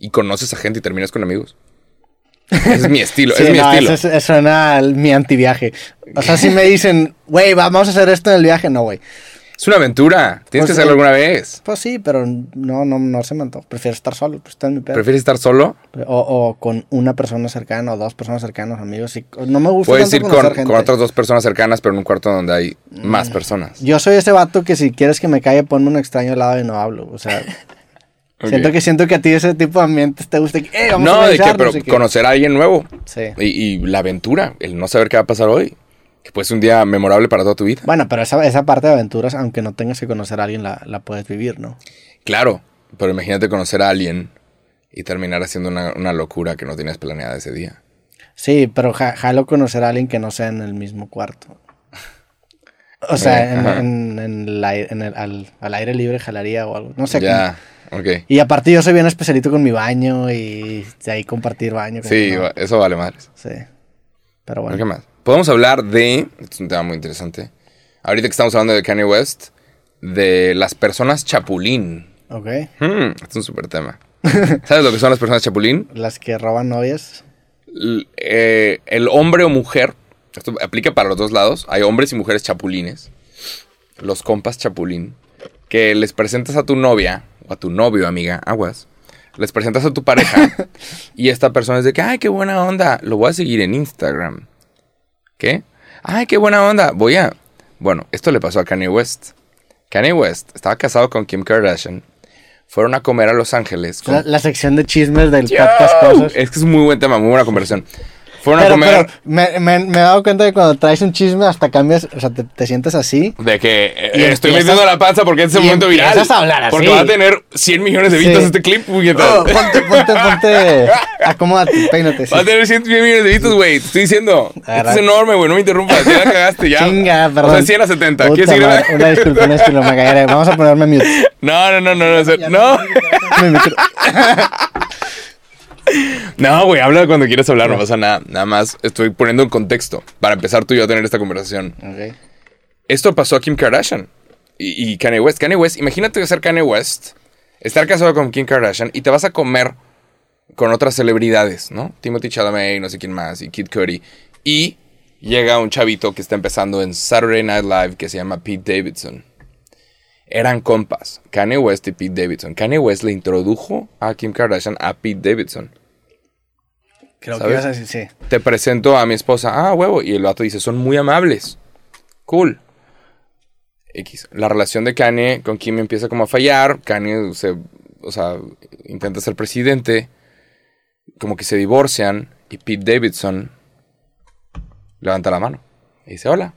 B: Y conoces a gente y terminas con amigos. Ese es mi estilo,
A: Sí,
B: es mi
A: no,
B: estilo.
A: eso, es- suena al- mi antiviaje. O sea, si me dicen, güey, va- vamos a hacer esto en el viaje, no, güey.
B: Es una aventura.
A: Pues,
B: Tienes que hacerlo
A: eh,
B: alguna vez.
A: Pues sí, pero no, no, no se me antoja. Prefiero estar solo, pues está en mi pedo.
B: ¿Prefieres estar solo?
A: O, o con una persona cercana o dos personas cercanas, amigos. y- no me gusta
B: Puedes
A: tanto
B: ir
A: conocer
B: con,
A: gente. Mm.
B: con otras dos personas cercanas, pero en un cuarto donde hay más personas.
A: Yo soy ese vato que si quieres que me calle, ponme un extraño al lado y no hablo. O sea, siento
B: Ok.
A: que siento que a ti ese tipo de ambientes te gusta. que, "Eh, vamos
B: no,
A: a
B: de que,
A: bailar",
B: pero
A: sé qué.
B: conocer a alguien nuevo.
A: Sí.
B: Y, y la aventura, el no saber qué va a pasar hoy. Que puede ser un día memorable para toda tu vida.
A: Bueno, pero esa, esa parte de aventuras, aunque no tengas que conocer a alguien, la, la puedes vivir, ¿no?
B: Claro, pero imagínate conocer a alguien y terminar haciendo una, una locura que no tenías planeada ese día.
A: Sí, pero ja- jalo conocer a alguien que no sea en el mismo cuarto. O
B: Ok,
A: sea, en,
B: ajá.
A: en- en el ai- en el- al, al aire libre jalaría o algo. No sé.
B: ya, ok.
A: como- Y aparte yo soy bien especialito con mi baño y de ahí compartir baño. como
B: Sí,
A: que no.
B: va- eso vale madres.
A: Sí. Pero
B: ¿Qué
A: bueno.
B: más? Podemos hablar de. Es un tema muy interesante. Ahorita que estamos hablando de Kanye West, de las personas chapulín.
A: Ok.
B: Hmm, es un súper tema. ¿Sabes lo que son las personas chapulín?
A: Las que roban novias.
B: L- eh, el hombre o mujer, esto aplica para los dos lados, hay hombres y mujeres chapulines, los compas chapulín, que les presentas a tu novia o a tu novio, amiga, aguas, les presentas a tu pareja y esta persona es de que, ay, qué buena onda, lo voy a seguir en Instagram. ¿Qué? Ay, qué buena onda, voy a... Bueno, esto le pasó a Kanye West. Kanye West estaba casado con Kim Kardashian, fueron a comer a Los Ángeles. con-
A: La, la sección de chismes del
B: Yo. eh,
A: podcast cosas.
B: Es que es un muy buen tema, muy buena conversación. Fueron a
A: Pero,
B: comer
A: pero me, me- me he dado cuenta que cuando traes un chisme hasta cambias, o sea, te, te sientes así.
B: de que eh,
A: Y
B: estoy
A: empiezas-
B: metiendo la panza porque este es
A: y
B: el momento viral.
A: empiezas a hablar así.
B: Porque va a tener 100 millones de
A: Sí.
B: vistas este clip, puñetas.
A: Oh, ponte, ponte, ponte. Acomódate, peínate. sí.
B: Va a tener 100 millones de vistas, güey. Te estoy diciendo. Esto
A: Agarra-
B: es enorme, güey. No me interrumpas. Ya la cagaste, ya.
A: Chinga, perdón.
B: O sea, 100 a 70.
A: Puta
B: ¿Quieres seguir?
A: madre, Una disculpa, una disculpa, me caeré. Vamos a ponerme mute.
B: No, no, no, no. No, o sea, no,
A: Mi micro-
B: No, güey. habla cuando quieras hablar. No pasa nada. Nada más estoy poniendo en contexto para empezar tú y yo a tener esta conversación.
A: Ok.
B: Esto pasó a Kim Kardashian y, y Kanye West. Kanye West, imagínate ser Kanye West, estar casado con Kim Kardashian y te vas a comer con otras celebridades, ¿no? Timothy Chalamet, no sé quién más, y Kid Cudi. Y llega un chavito que está empezando en Saturday Night Live que se llama Pete Davidson. Eran compas, Kanye West y Pete Davidson. Kanye West le introdujo a Kim Kardashian a Pete Davidson.
A: Creo que
B: ¿Sabes?
A: ibas a decir sí.
B: Te presento a mi esposa. Ah, huevo. Y el vato dice, son muy amables. Cool. X. La relación de Kanye con Kim empieza como a fallar. Kanye se, o sea, intenta ser presidente. Como que se divorcian. Y Pete Davidson levanta la mano. Y dice, hola,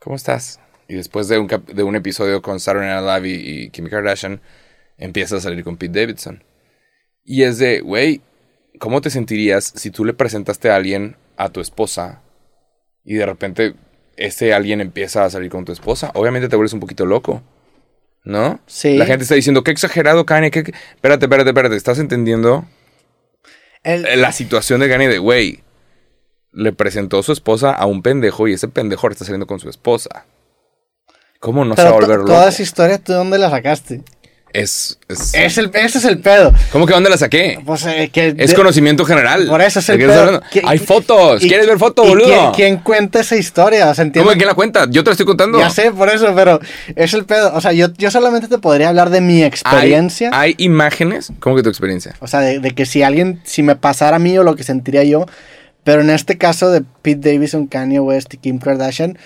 B: ¿cómo estás? Y después de un, cap- de un episodio con Saturday Night Live y, y Kim Kardashian, empieza a salir con Pete Davidson. Y es de, güey, ¿cómo te sentirías si tú le presentaste a alguien a tu esposa y de repente ese alguien empieza a salir con tu esposa? Obviamente te vuelves un poquito loco, ¿no?
A: Sí.
B: La gente está diciendo, qué exagerado, Kanye, qué... qué-". Espérate, espérate, espérate, ¿estás entendiendo
A: El-
B: eh, la situación de Kanye de, güey, le presentó su esposa a un pendejo y ese pendejo ahora está saliendo con su esposa? ¿Cómo no se
A: pero
B: va a
A: to-
B: volver loco?
A: toda esa historia, ¿tú dónde la sacaste?
B: Es, es-
A: Es el, ese es el pedo.
B: ¿Cómo que dónde la saqué?
A: Pues, eh, que
B: Es
A: de-
B: conocimiento general.
A: Por eso es
B: ¿De
A: el
B: qué estás
A: pedo.
B: hablando?
A: ¿Qui-
B: Hay
A: qui-
B: fotos.
A: y-
B: ¿Quieres ver foto,
A: y
B: boludo?
A: ¿quién, quién cuenta esa historia? O sea, entiendo-
B: ¿Cómo que quién la cuenta? Yo te la estoy contando.
A: Ya sé, por eso, pero es el pedo. O sea, yo, yo solamente te podría hablar de mi
B: Hay-
A: experiencia.
B: Hay, imágenes. ¿Cómo que tu experiencia?
A: O sea, de, de que si alguien, si me pasara a mí o lo que sentiría yo. Pero en este caso de Pete Davidson, Kanye West y Kim Kardashian,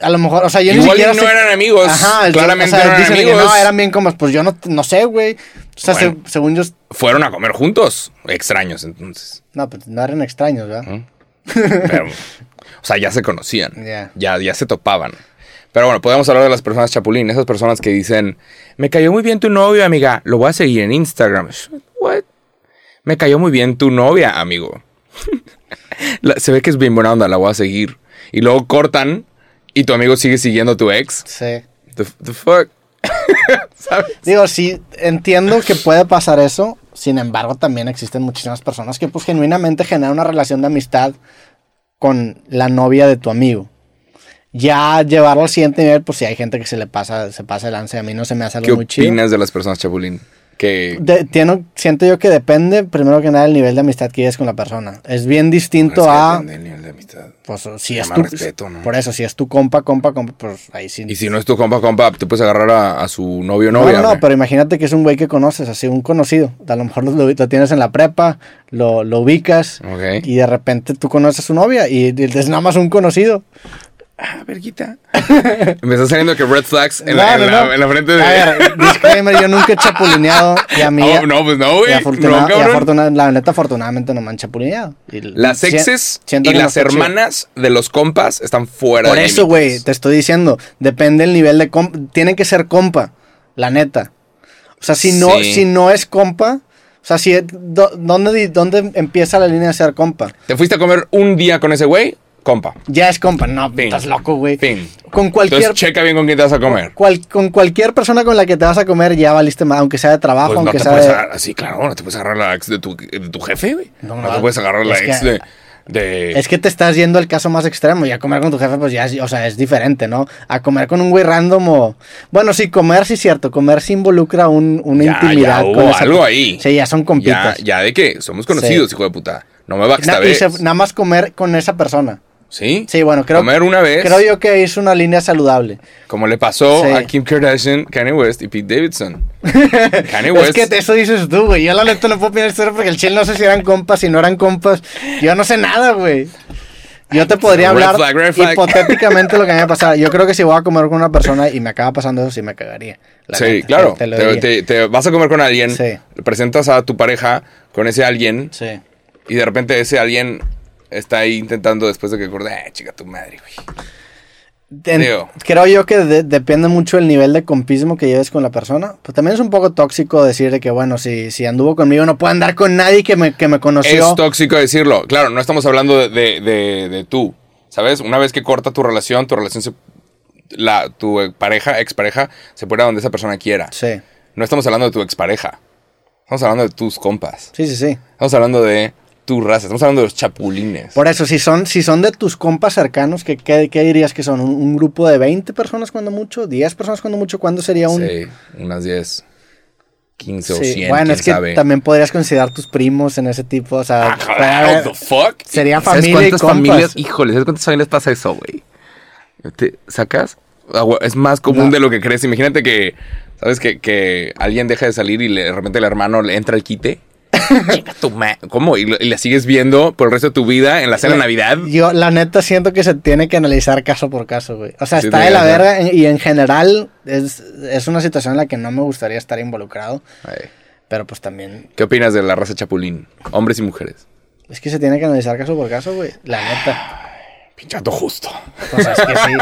A: a lo mejor, o sea, yo ni
B: Igual y
A: siquiera
B: no
A: sé-
B: eran amigos.
A: yo-
B: Pues, Claramente
A: o sea,
B: no eran
A: dicen que
B: amigos.
A: no, eran bien como, pues yo no, no sé, güey. O sea, se-
B: Bueno.
A: según yo,
B: Fueron a comer juntos. Extraños, entonces.
A: no, pues no eran extraños, ¿verdad?
B: Pero, o sea, ya se conocían.
A: Ya.
B: Ya, ya se topaban. Pero bueno, podemos hablar de las personas chapulín. Esas personas que dicen, me cayó muy bien tu novio, amiga. Lo voy a seguir en Instagram. What? Me cayó muy bien tu novia, amigo. La- se ve que es bien buena onda, la voy a seguir. Y luego cortan y tu amigo sigue siguiendo a tu ex.
A: Sí.
B: The, the fuck. ¿Sabes?
A: Digo, sí, entiendo que puede pasar eso. Sin embargo, también existen muchísimas personas que, pues, genuinamente generan una relación de amistad con la novia de tu amigo. Ya llevarlo al siguiente nivel, pues, si hay gente que se le pasa, se pasa el lance. A mí no se me hace algo
B: ¿Qué
A: muy chido.
B: opinas de las personas chapulín? Que
A: De- tiene- siento yo que depende, primero que nada, el nivel de amistad que lleves con la persona. Es bien distinto a.
B: Depende del nivel de amistad.
A: Pues si es
B: Llama
A: tu.
B: respeto, ¿no?
A: Por eso, si es tu compa, compa, compa, pues ahí sí.
B: Y si no es tu compa, compa, te puedes agarrar a, a su novio o
A: No,
B: novia.
A: no, no,
B: güey.
A: pero imagínate que es un güey que conoces, así un conocido. A lo mejor lo, lo tienes en la prepa, lo, lo ubicas
B: Ok.
A: y de repente tú conoces a su novia y es nada más un conocido.
B: Ah, verguita. Me está saliendo que red flags en, la,
A: No,
B: en
A: no,
B: la-
A: no.
B: en la frente de.
A: A ver, disclaimer, yo nunca he chapulineado y a mí...
B: Oh, no, pues no,
A: y
B: güey.
A: afortuna-
B: No,
A: y
B: cabrón.
A: afortuna- la neta, afortunadamente no me han chapulineado. Y-
B: Las
A: si-
B: exes
A: siento
B: y
A: que no
B: las
A: está chido.
B: hermanas de los compas están fuera
A: Por
B: de
A: eso, güey,
B: límites.
A: te estoy diciendo, depende el nivel de compa. Tiene que ser compa, la neta. O sea, si no,
B: Sí.
A: si no es compa, o sea, si, do- ¿dónde, di- ¿dónde empieza la línea de ser compa?
B: Te fuiste a comer un día con ese güey, compa.
A: Ya es compa, no,
B: Fin.
A: estás loco, güey.
B: Fin.
A: Con cualquier,
B: Entonces checa bien con quién te vas a comer.
A: cual- con cualquier persona con la que te vas a comer ya valiste más, aunque sea de trabajo,
B: Pues no
A: aunque
B: te
A: sea
B: puedes
A: de...
B: agarrar, sí, claro, no te puedes agarrar la ex de tu, de tu jefe, güey.
A: No,
B: No,
A: no,
B: te puedes agarrar la
A: es que-
B: ex de, de-
A: Es que te estás yendo al caso más extremo. Ya comer con tu jefe, pues ya es, o sea, es diferente, ¿no? A comer con un güey random o. Bueno, sí, comer sí es cierto. Comer sí involucra un, una
B: Ya,
A: intimidad
B: ya hubo
A: con esa-
B: algo ahí.
A: Sí, ya son
B: Ya,
A: compitas.
B: ya de que somos conocidos, hijo de puta. No me va
A: Na-
B: a
A: y
B: vez.
A: se- nada más comer con esa persona.
B: ¿Sí?
A: Sí, bueno, creo.
B: Comer una vez.
A: Creo yo que es una línea saludable.
B: Como le pasó
A: Sí.
B: a Kim Kardashian, Kanye West y Pete Davidson. Kanye
A: Es
B: West.
A: que te- eso dices tú, güey. Yo la neta no puedo opinar esto porque el chile no sé si eran compas, si no eran compas. Yo no sé nada, güey. Yo te podría
B: Red
A: hablar
B: flag, red flag.
A: hipotéticamente lo que me va a pasar. Yo creo que si voy a comer con una persona y me acaba pasando eso, sí me cagaría. La
B: sí,
A: neta,
B: claro.
A: te- te lo
B: Te,
A: diría.
B: te- te vas a comer con alguien,
A: Sí.
B: le presentas a tu pareja con ese alguien
A: Sí.
B: y de repente ese alguien está ahí intentando después de que acorde, eh, chica tu madre, güey.
A: En-
B: Digo.
A: creo yo que de- depende mucho el nivel de compismo que lleves con la persona. Pues también es un poco tóxico decir de que, bueno, si, si anduvo conmigo no puedo andar con nadie que me, que me conoció.
B: Es tóxico decirlo. Claro, no estamos hablando de, de- de- de tú. ¿Sabes? Una vez que corta tu relación, tu relación se. La, tu eh, pareja, expareja, se pone a donde esa persona quiera.
A: Sí,
B: No estamos hablando de tu expareja. Estamos hablando de tus compas.
A: sí, sí, sí.
B: Estamos hablando de tu raza, estamos hablando de los chapulines.
A: Por eso, si son, si son de tus compas cercanos, ¿qué, qué, qué dirías que son? ¿Un, un grupo de 20 personas cuando mucho? ¿10 personas cuando mucho? ¿Cuándo sería un...?
B: Sí, unas 10, 15 o
A: Sí.
B: 100,
A: Bueno,
B: quién
A: es que
B: sabe.
A: también podrías considerar tus primos en ese tipo, o sea...
B: Ah, joder,
A: fuera-
B: what the fuck?
A: sería
B: ¿Sabes
A: familia y
B: cuántas
A: compas?
B: familias, híjole, ¿sabes cuántas familias pasa eso, güey? ¿Te sacas? Ah, güey, Es más común
A: No.
B: de lo que crees. Imagínate que, ¿sabes? Que, que alguien deja de salir y le- de repente el hermano le entra al quite. Chinga tu ma- ¿Cómo? Y, lo- y la sigues viendo por el resto de tu vida en la cena de Navidad.
A: Yo, la neta, siento que se tiene que analizar caso por caso, güey. O sea,
B: Sí,
A: está de la
B: tiene que
A: verga en- y en general es, es una situación en la que no me gustaría estar involucrado,
B: Ay,
A: pero pues también
B: ¿Qué opinas de la raza chapulín? Hombres y mujeres.
A: es que se tiene que analizar caso por caso, güey. La neta.
B: Pinchato justo.
A: Pues es que sí.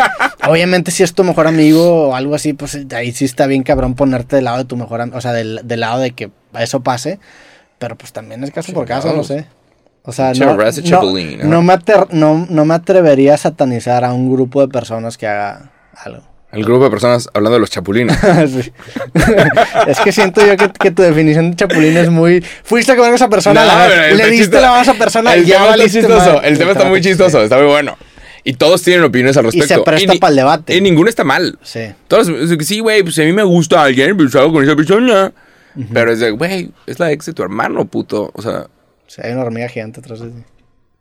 A: Obviamente, si es tu mejor amigo o algo así, pues ahí sí está bien cabrón ponerte del lado de tu mejor amigo, o sea, del, del lado de que eso pase. Pero pues también es caso por caso, no sé. O sea,
B: Pinche
A: no,
B: raza
A: no-
B: chapulín, ¿no?
A: no me ater- no- no me atrevería a satanizar a un grupo de personas que haga algo.
B: El grupo de personas hablando de los chapulines.
A: Sí. es que siento yo que, que tu definición de chapulín es muy. Fuiste a comer a esa persona, la-
B: pero
A: le
B: está
A: diste
B: chistoso.
A: la mano a esa persona
B: El
A: y ya
B: tema está
A: valiste
B: chistoso.
A: madre.
B: El tema está muy chistoso. Está muy bueno. Y todos tienen opiniones al
A: Y
B: respecto.
A: se presta
B: ni-
A: para el debate.
B: Y ninguno está mal.
A: Sí.
B: Todos, es que sí, güey, pues si a mí me gusta alguien, pues salgo con esa persona. Pero es de, güey, es la ex de tu hermano, puto. O sea,
A: Sí, hay una hormiga gigante atrás de ti.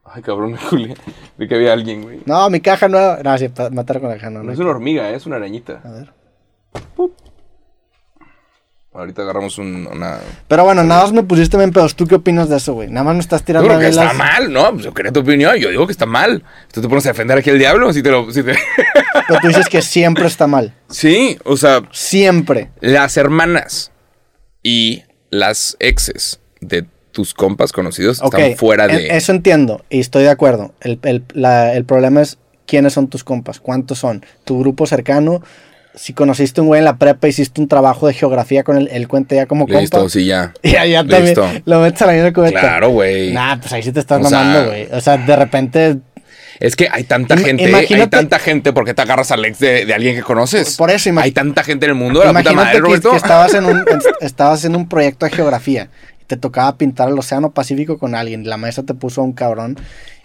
B: ay, cabrón, Julia. De que había alguien, güey.
A: No, mi caja nueva. No, sí, pa- matar con la caja no,
B: No
A: no.
B: es una hormiga, ¿eh? es una arañita.
A: A ver.
B: Ahorita agarramos un- una.
A: Pero bueno, nada más me pusiste bien pedos. ¿Tú qué opinas de eso, güey? Nada más me estás
B: Yo
A: tirando
B: creo
A: a
B: que
A: mí
B: está
A: las.
B: mal, ¿no? Pues yo quería tu opinión. Yo digo que está mal. Tú te pones a defender aquí al diablo. Si te lo, si te-
A: Pero tú dices que siempre está mal.
B: sí, o sea,
A: Siempre.
B: las hermanas y las exes de tus compas conocidos
A: Ok.
B: están fuera de.
A: e- Eso entiendo y estoy de acuerdo. El, el- la- el problema es quiénes son tus compas, cuántos son, tu grupo cercano. Si conociste un güey en la prepa, hiciste un trabajo de geografía con él, él cuenta ya como
B: Listo,
A: compa.
B: sí, ya.
A: Y allá
B: Listo.
A: también lo metes a la misma cubeta.
B: Claro, güey.
A: Nah, pues ahí sí te estás
B: O sea,
A: mamando, güey. O sea, de repente
B: Es que hay tanta
A: Ima-
B: gente,
A: imagínate-
B: hay tanta gente, ¿por qué te agarras al ex de, de alguien que conoces?
A: Por eso, imagi-
B: Hay tanta gente en el mundo, la puta
A: Imagínate
B: madre,
A: que-
B: Roberto.
A: que, estabas, en un, en- estabas en un proyecto de geografía y te tocaba pintar el Océano Pacífico con alguien. La mesa te puso a un cabrón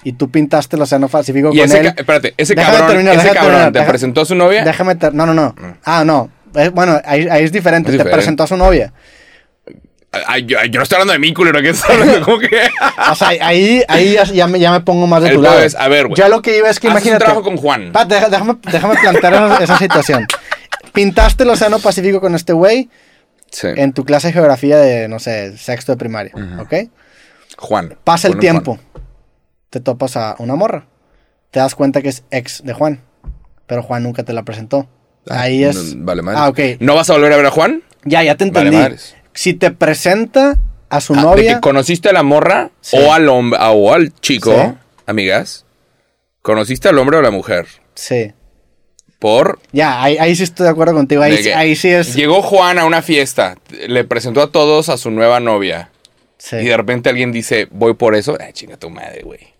A: y tú pintaste el Océano Pacífico
B: Y
A: con
B: ese,
A: él.
B: ca- espérate, ese
A: Déjame
B: cabrón,
A: terminar,
B: ese
A: déjame
B: cabrón,
A: terminar,
B: ¿te
A: deja-
B: presentó a su novia?
A: Déjame ter- No, no, no. Ah, no. Eh, bueno, ahí, ahí es diferente.
B: Es
A: te
B: diferente.
A: presentó a su novia.
B: Ay, yo, ay, yo no estoy hablando de mi culero, ¿qué estás hablando? ¿Cómo que?
A: O sea, ahí, ahí ya, ya me, ya me pongo más de
B: El
A: tu
B: pedo
A: lado.
B: es, a ver, güey,
A: Ya lo que iba es que
B: haces un
A: imagínate.
B: trabajo con Juan.
A: Espérate, deja- déjame, déjame plantear esa- esa situación. Pintaste el Océano Pacífico con este güey
B: Sí,
A: en tu clase de geografía de, no sé, sexto de primaria. ¿Ok?
B: Juan.
A: Pasa el
B: Ponle Juan.
A: tiempo. Te topas a una morra. Te das cuenta que es ex de Juan. Pero Juan nunca te la presentó. Ahí
B: Ah, No,
A: es.
B: Vale, madre.
A: Ah, ok.
B: ¿No vas a volver a ver a Juan?
A: Ya, ya te
B: Vale,
A: entendí.
B: madres.
A: si te presenta a su
B: Ah, De
A: novia.
B: que conociste a la morra
A: Sí.
B: o al hombre ah, o al chico,
A: Sí.
B: amigas. ¿Conociste al hombre o a la mujer?
A: Sí.
B: Por
A: Ya, ahí, ahí sí estoy de acuerdo contigo. Ahí,
B: de
A: sí-
B: que
A: ahí sí es.
B: Llegó Juan a una fiesta, le presentó a todos a su nueva novia.
A: sí.
B: Y de repente alguien dice, voy por eso. Ay, chinga tu madre, güey.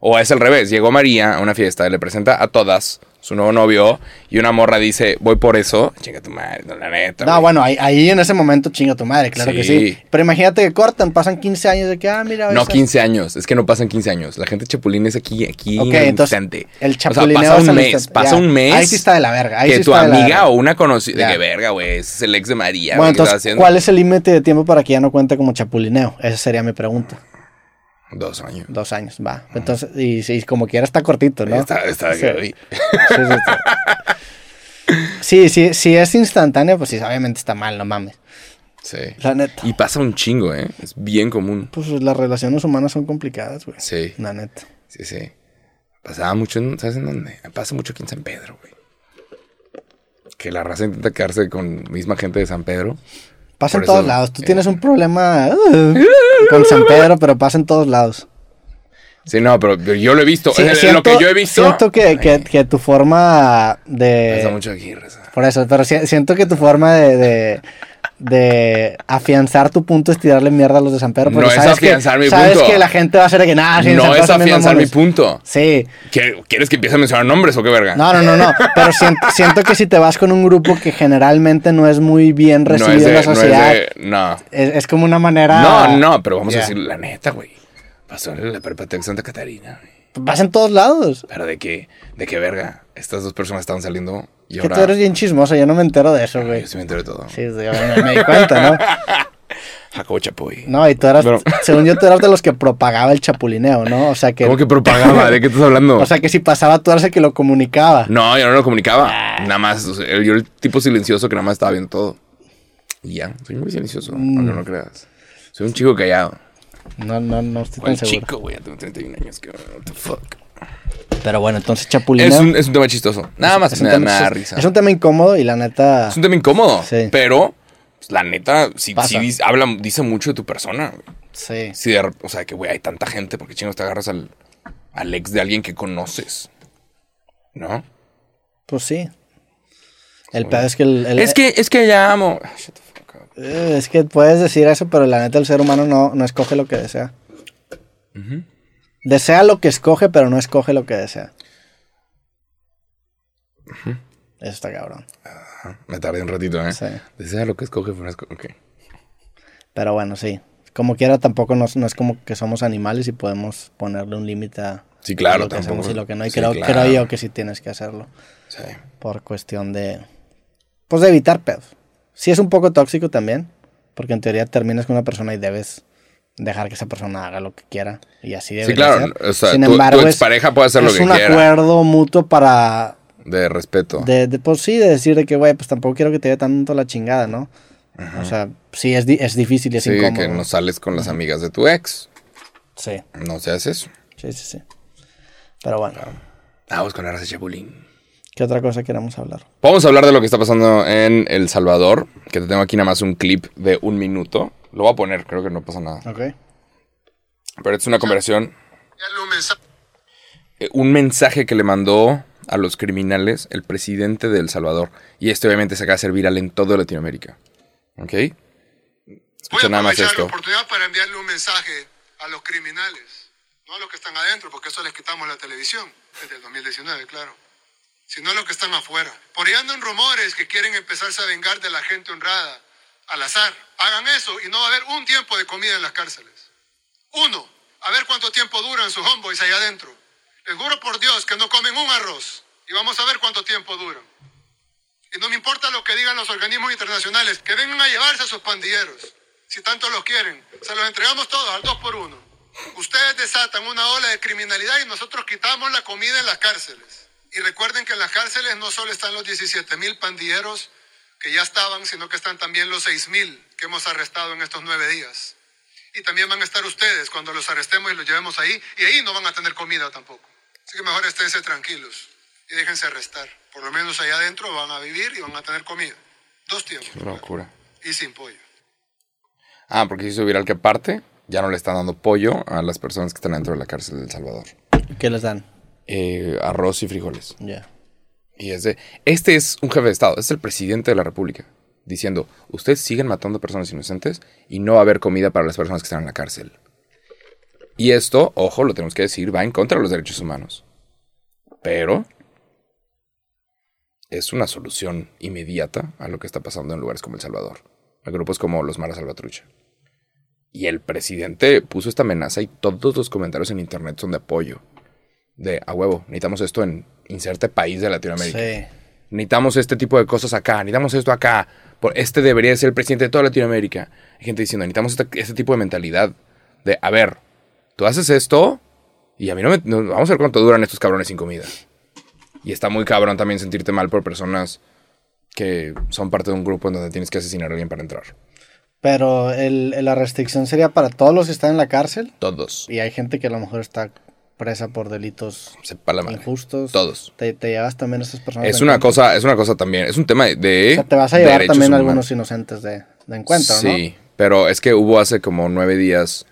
B: O es al revés, llegó María a una fiesta, le presenta a todas su nuevo novio y una morra dice, voy por eso. Chinga tu madre, no, la neta.
A: No,
B: güey.
A: bueno, ahí, ahí en ese momento chinga tu madre, claro que sí.
B: Sí.
A: Pero imagínate que cortan, pasan 15 años de que, ah, mira.
B: No
A: esa-
B: 15 años, es que no pasan 15 años. La gente chapulín es aquí, aquí
A: Ok,
B: en el
A: entonces,
B: instante.
A: El
B: sea,
A: chapulineo
B: pasa
A: es
B: un
A: al
B: mes,
A: instante.
B: pasa
A: Ya.
B: un mes.
A: Ahí sí está de la verga. Ahí
B: que
A: sí
B: tu
A: está de la
B: amiga
A: verga.
B: o una conocida.
A: Ya.
B: De que verga, güey, ese es el ex de María.
A: Bueno,
B: güey, ¿qué estás
A: entonces,
B: haciendo?
A: ¿cuál es el límite de tiempo para que ya no cuente como chapulineo? Esa sería mi pregunta.
B: Dos años.
A: Dos años, va. Entonces, y, y como quiera está cortito, ¿no?
B: Está, está-
A: Sí. Sí, sí, sí. Sí, sí, si es instantáneo, pues sí, obviamente está mal, no mames.
B: sí.
A: La neta.
B: Y pasa un chingo, ¿eh? Es bien común.
A: Pues las relaciones humanas son complicadas, güey.
B: Sí,
A: La neta.
B: sí, sí. Pasaba mucho, en- ¿sabes en dónde? Pasa mucho aquí en San Pedro, güey. Que la raza intenta quedarse con misma gente de San Pedro.
A: Pasa en
B: Por
A: todos
B: eso,
A: lados. Tú
B: eh.
A: tienes un problema uh, con San Pedro, pero pasa en todos lados.
B: Sí, no, pero yo lo he visto.
A: Sí,
B: Eh,
A: siento-
B: lo que yo he visto.
A: Siento que, que-
B: Ay,
A: que tu forma de...
B: Pasa mucho aquí, raza.
A: Por eso, pero si- siento que tu forma de, de, de afianzar tu punto es tirarle mierda a los de San Pedro. porque
B: No es
A: sabes que-
B: afianzar mi
A: Sabes
B: punto.
A: que la gente va a ser de que nada, Ah, sí, en San
B: No
A: Pedro
B: es
A: son bien
B: afianzar mi
A: mamones".
B: punto.
A: Sí,
B: ¿Qué- ¿Quieres que empiece a mencionar nombres o qué verga?
A: no, no, no, no. Pero sien- siento, que si te vas con un grupo que generalmente no es muy bien
B: No es
A: recibido en
B: de-
A: la
B: no es
A: sociedad, es,
B: de- no.
A: es como una manera.
B: No, no, pero vamos
A: Ya.
B: a decir la neta, güey. Pasó en la perpetua Santa Catarina, güey.
A: Vas en todos lados.
B: Pero de qué, de qué verga. Estas dos personas estaban saliendo y
A: Que
B: ahora.
A: tú eres bien chismoso, yo no me entero de eso, güey.
B: Yo sí me entero de todo.
A: Sí, sí, me, me di cuenta, ¿no?
B: Jacobo Chapoy.
A: No, y tú eras,
B: Pero-
A: según yo, tú eras de los que propagaba el chapulineo, ¿no? O sea que.
B: ¿Cómo que propagaba? ¿De qué estás hablando?
A: O sea que si pasaba, tú eras el que lo comunicaba.
B: no, yo no lo comunicaba.
A: Ah.
B: Nada más. o sea, yo era el tipo silencioso que nada más estaba viendo todo. Y ya, soy muy silencioso,
A: Mm.
B: aunque no lo creas. Soy un chico callado.
A: No, no, no estoy tan
B: ¿Cuál
A: seguro.
B: chico, güey? Ya tengo 31 años. Que, what the fuck?
A: Pero bueno, entonces
B: Es
A: chapulineo.
B: un, es un tema chistoso. Nada más.
A: es
B: me
A: un
B: da-
A: tema-
B: me da
A: es-
B: risa.
A: es un tema incómodo y la neta.
B: Es un tema incómodo.
A: Sí.
B: Pero, pues, la neta, sí,
A: Pasa.
B: sí dice, habla, dice mucho de tu persona. güey.
A: Sí.
B: Sí, de rep- o sea, que, güey, hay tanta gente. porque qué chingos te agarras al, al ex de alguien que conoces? ¿No?
A: Pues sí. El pedo es que el, el-
B: es que, es que ya amo. Ah, shut the fuck up.
A: eh, es que puedes decir eso, pero la neta el ser humano no, no escoge lo que desea. Desea lo que escoge, pero no escoge lo que desea. Eso está cabrón.
B: Ah, Me tardé un ratito, ¿eh?
A: Sí.
B: Desea lo que escoge, pero no esco- ok.
A: Pero bueno, sí. Como quiera, tampoco nos- no es como que somos animales y podemos ponerle un límite a
B: Sí, claro,
A: lo que
B: tampoco.
A: hacemos y lo que no. Y
B: Sí,
A: creo,
B: claro.
A: creo yo que sí tienes que hacerlo.
B: Sí.
A: Por cuestión de. Pues de evitar pedos. Sí es un poco tóxico también. Porque en teoría terminas con una persona y debes dejar que esa persona haga lo que quiera. Y así
B: Sí,
A: debería
B: claro.
A: ser.
B: O sea,
A: Sin
B: tu,
A: embargo,
B: tu
A: es,
B: expareja puede hacer lo
A: es
B: que
A: un
B: quiera.
A: acuerdo mutuo para.
B: De respeto.
A: De, de- pues sí, de decir de que, güey, pues tampoco quiero que te dé tanto la chingada, ¿no? O sea, sí, es, di- es difícil y es
B: sí, de
A: incómodo.
B: que no sales con las amigas de tu ex.
A: Sí.
B: No se hace eso.
A: Sí, sí, sí. Pero bueno,
B: Vamos con la raza Chapulín.
A: ¿qué otra cosa queremos hablar?
B: Vamos a hablar de lo que está pasando en El Salvador. Que te tengo aquí nada más un clip de un minuto. Lo voy a poner, creo que no pasa nada.
A: Ok.
B: Pero es una conversación.
C: Enviarle un mensaje
B: eh, un mensaje que le mandó a los criminales el presidente de El Salvador. Y esto obviamente se acaba de hacer viral en toda Latinoamérica. ¿Ok?
C: Voy a
B: Escucha nada más
C: aprovechar la
B: esto.
C: oportunidad para enviarle un mensaje a los criminales, no a los que están adentro, porque eso les quitamos la televisión desde el 2019, claro, sino a los que están afuera. Por ahí andan rumores que quieren empezarse a vengar de la gente honrada, al azar. Hagan eso y no va a haber un tiempo de comida en las cárceles. Uno, a ver cuánto tiempo duran sus homeboys allá adentro. Les juro por Dios que no comen un arroz y vamos a ver cuánto tiempo duran. Y no me importa lo que digan los organismos internacionales, que vengan a llevarse a sus pandilleros. Si tanto los quieren, se los entregamos todos al dos por uno. Ustedes desatan una ola de criminalidad y nosotros quitamos la comida en las cárceles. Y recuerden que en las cárceles no solo están los 17 mil pandilleros que ya estaban, sino que están también los 6 mil que hemos arrestado en estos nueve días. Y también van a estar ustedes cuando los arrestemos y los llevemos ahí. Y ahí no van a tener comida tampoco. Así que mejor esténse tranquilos y déjense arrestar. Por lo menos allá adentro van a vivir y van a tener comida. Dos tiempos.
B: Qué locura.
C: Y sin pollo.
B: Ah, porque se hizo viral que aparte ya no le están dando pollo a las personas que están dentro de la cárcel de El Salvador.
A: ¿Qué les dan?
B: Eh, arroz y frijoles.
A: Ya.
B: Y es de- este es un jefe de Estado, es el presidente de la República, diciendo, ustedes siguen matando personas inocentes y no va a haber comida para las personas que están en la cárcel. Y esto, ojo, lo tenemos que decir, va en contra de los derechos humanos. Pero es una solución inmediata a lo que está pasando en lugares como El Salvador, a grupos como los Maras Salvatrucha. Y el presidente puso esta amenaza y todos los comentarios en internet son de apoyo. De, a huevo, necesitamos esto en inserte país de Latinoamérica
A: Sí.
B: necesitamos este tipo de cosas acá, necesitamos esto acá, por, este debería ser el presidente de toda Latinoamérica. Hay gente diciendo, necesitamos este, este tipo de mentalidad de, a ver, tú haces esto y a mí no me... no- vamos a ver cuánto duran estos cabrones sin comida. Y está muy cabrón también sentirte mal por personas que son parte de un grupo en donde tienes que asesinar a alguien para entrar.
A: Pero el- la restricción sería para todos los que están en la cárcel.
B: Todos.
A: Y hay gente que a lo mejor está presa por delitos
B: Sepa la madre.
A: injustos.
B: Todos.
A: Te, te llevas también a esas personas.
B: Es
A: de
B: una
A: encuentro.
B: cosa, es una cosa también, es un tema de...
A: O sea, te vas a llevar
B: derechos
A: también a
B: humanos.
A: algunos inocentes de, de encuentro, ¿no?
B: Sí, pero es que hubo hace como nueve días,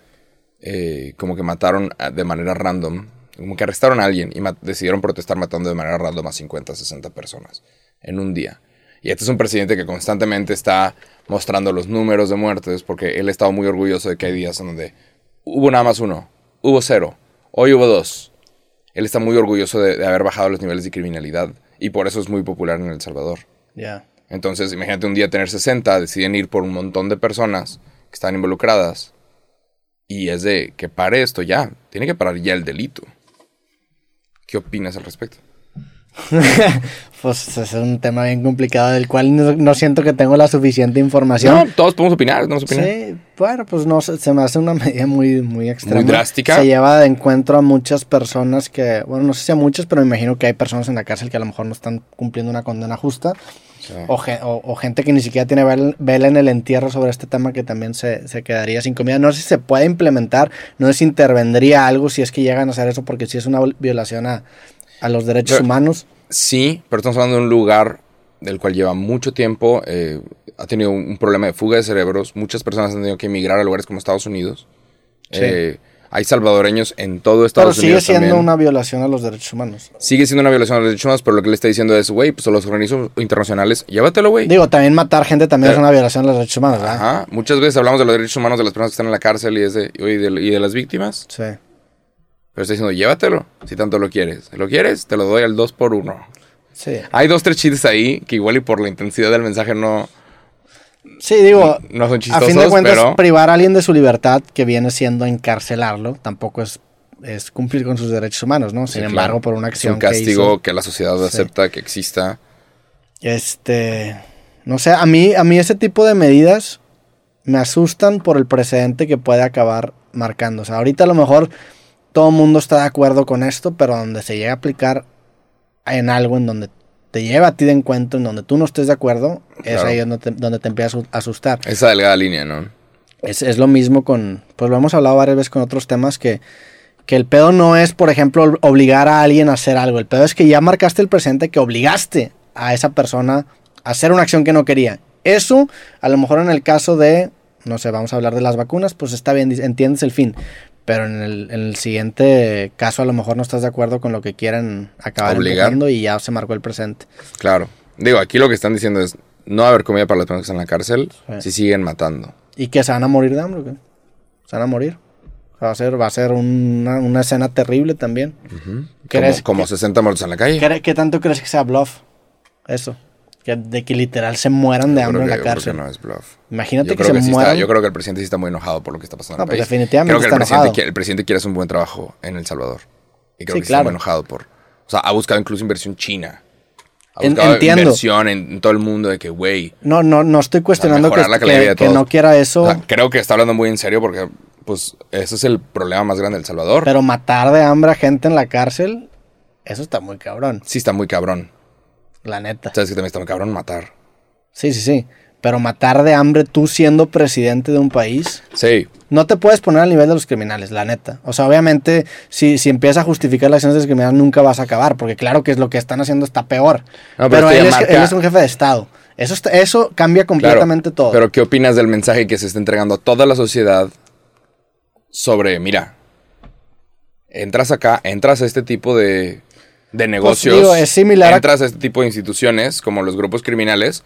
B: eh, como que mataron a- de manera random, como que arrestaron a alguien y ma- decidieron protestar matando de manera random a 50, 60 personas en un día. Y este es un presidente que constantemente está mostrando los números de muertes porque él ha estado muy orgulloso de que hay días en donde hubo nada más uno, hubo cero, hoy hubo dos. Él está muy orgulloso de- de haber bajado los niveles de criminalidad y por eso es muy popular en El Salvador.
A: Ya.
B: Entonces, imagínate un día tener 60, deciden ir por un montón de personas que están involucradas. Y es de que pare esto ya. Tiene que parar ya el delito. ¿Qué opinas al respecto?
A: Pues es un tema bien complicado del cual no, no siento que tengo la suficiente información.
B: No, todos podemos opinar, no opinar.
A: Sí, bueno, pues no, se, se me hace una medida muy, muy extrema.
B: drástica.
A: Se lleva de encuentro a muchas personas que, bueno, no sé si a muchas, pero me imagino que hay personas en la cárcel que a lo mejor no están cumpliendo una condena justa. O, gen- o- o gente que ni siquiera tiene vel- vela en el entierro sobre este tema que también se, se quedaría sin comida. No sé si se puede implementar, no sé si intervendría algo si es que llegan a hacer eso, porque si es una vol- violación a, a los derechos
B: Pero-
A: humanos.
B: Sí, pero estamos hablando de un lugar del cual lleva mucho tiempo, eh, ha tenido un, un problema de fuga de cerebros, muchas personas han tenido que emigrar a lugares como Estados Unidos.
A: Sí.
B: Eh, Hay salvadoreños en todo
A: Pero
B: Estados
A: sigue
B: Unidos.
A: siendo
B: también.
A: una violación a los derechos humanos.
B: Sigue siendo una violación a los derechos humanos, pero lo que le está diciendo es, güey, pues a los organismos internacionales, llévatelo, güey.
A: Digo, también matar gente también
B: Pero-
A: es una violación a los derechos humanos, ¿verdad?
B: Ajá. Muchas veces hablamos de los derechos humanos de las personas que están en la cárcel y, es de- y de- y de las víctimas.
A: Sí.
B: Pero está diciendo, llévatelo, si tanto lo quieres. ¿Lo quieres? Te lo doy al 2 por 1
A: Sí.
B: Hay dos, tres chistes ahí que igual y por la intensidad del mensaje no...
A: Sí, digo,
B: No son
A: a fin de
B: chistosos,
A: cuentas,
B: pero-
A: privar a alguien de su libertad, que viene siendo encarcelarlo, tampoco es, es cumplir con sus derechos humanos, ¿no? Sin
B: Sí,
A: embargo,
B: claro.
A: por una acción
B: Es un castigo
A: que hizo,
B: que, la sociedad acepta que exista.
A: Este, no sé, a mí, a mí ese tipo de medidas me asustan por el precedente que puede acabar marcando. O sea, ahorita a lo mejor todo el mundo está de acuerdo con esto, pero donde se llega a aplicar en algo en donde te lleva a ti de encuentro, en donde tú no estés de acuerdo, es
B: Claro.
A: ahí donde te, donde te empiezas a asustar.
B: Esa delgada línea, ¿no?
A: Es, es lo mismo con, pues lo hemos hablado varias veces con otros temas que, que el pedo no es, por ejemplo, ob- obligar a alguien a hacer algo. El pedo es que ya marcaste el presente que obligaste a esa persona a hacer una acción que no quería. Eso, a lo mejor en el caso de, no sé, vamos a hablar de las vacunas, pues está bien, dice- entiendes el fin. Pero en el, en el siguiente caso a lo mejor no estás de acuerdo con lo que quieren acabar
B: Obligar.
A: obligando y ya se marcó el presente.
B: Claro. Digo, aquí lo que están diciendo es, no va a haber comida para las personas que están en la cárcel
A: Sí.
B: si siguen matando.
A: ¿Y que se van a morir de hambre? o qué? ¿Se van a morir? O sea, Va a ser, va a ser una, una escena terrible también. ¿Crees
B: Como, como 60 muertos en la calle.
A: ¿Qué, qué tanto crees que sea bluff? Eso. Que, de que literal se mueran de
B: Yo
A: hambre
B: creo
A: en la
B: que- yo creo
A: cárcel.
B: que no es bluff.
A: Imagínate
B: Yo
A: que
B: creo
A: se
B: que sí está-
A: mueran.
B: yo creo que el presidente sí está muy enojado por lo que está pasando
A: No,
B: en el
A: pues
B: país.
A: definitivamente
B: Creo que
A: está
B: el presidente,
A: enojado.
B: quiere, el presidente quiere hacer un buen trabajo en El Salvador. Y creo
A: Sí,
B: que sí
A: claro.
B: está muy enojado por... O sea, ha buscado incluso inversión china. Ha
A: En-
B: buscado
A: entiendo.
B: inversión en, en todo el mundo de que, güey...
A: No, no, no estoy cuestionando que,
B: mejorar la
A: que-
B: calidad de
A: que
B: todos.
A: no quiera eso,
B: o sea, creo que está hablando muy en serio porque, pues, ese es el problema más grande de El Salvador.
A: pero matar de hambre a gente en la cárcel, eso está muy cabrón,
B: Sí está muy cabrón.
A: la neta.
B: Sabes que también está muy cabrón matar.
A: Sí, sí, sí. Pero matar de hambre tú siendo presidente de un país,
B: Sí.
A: no te puedes poner al nivel de los criminales, la neta. O sea, obviamente, si, si empiezas a justificar las acciones de los criminales, nunca vas a acabar, porque claro que es lo que están haciendo está peor.
B: No,
A: pero
B: pero esto ya
A: él, es,
B: marca-
A: él es un jefe de Estado. Eso, está- eso cambia
B: claro.
A: completamente todo.
B: Pero ¿qué opinas del mensaje que se está entregando a toda la sociedad sobre, mira, entras acá, entras a este tipo de, de negocios,
A: Pues, digo, es similar a-
B: entras a este tipo de instituciones como los grupos criminales,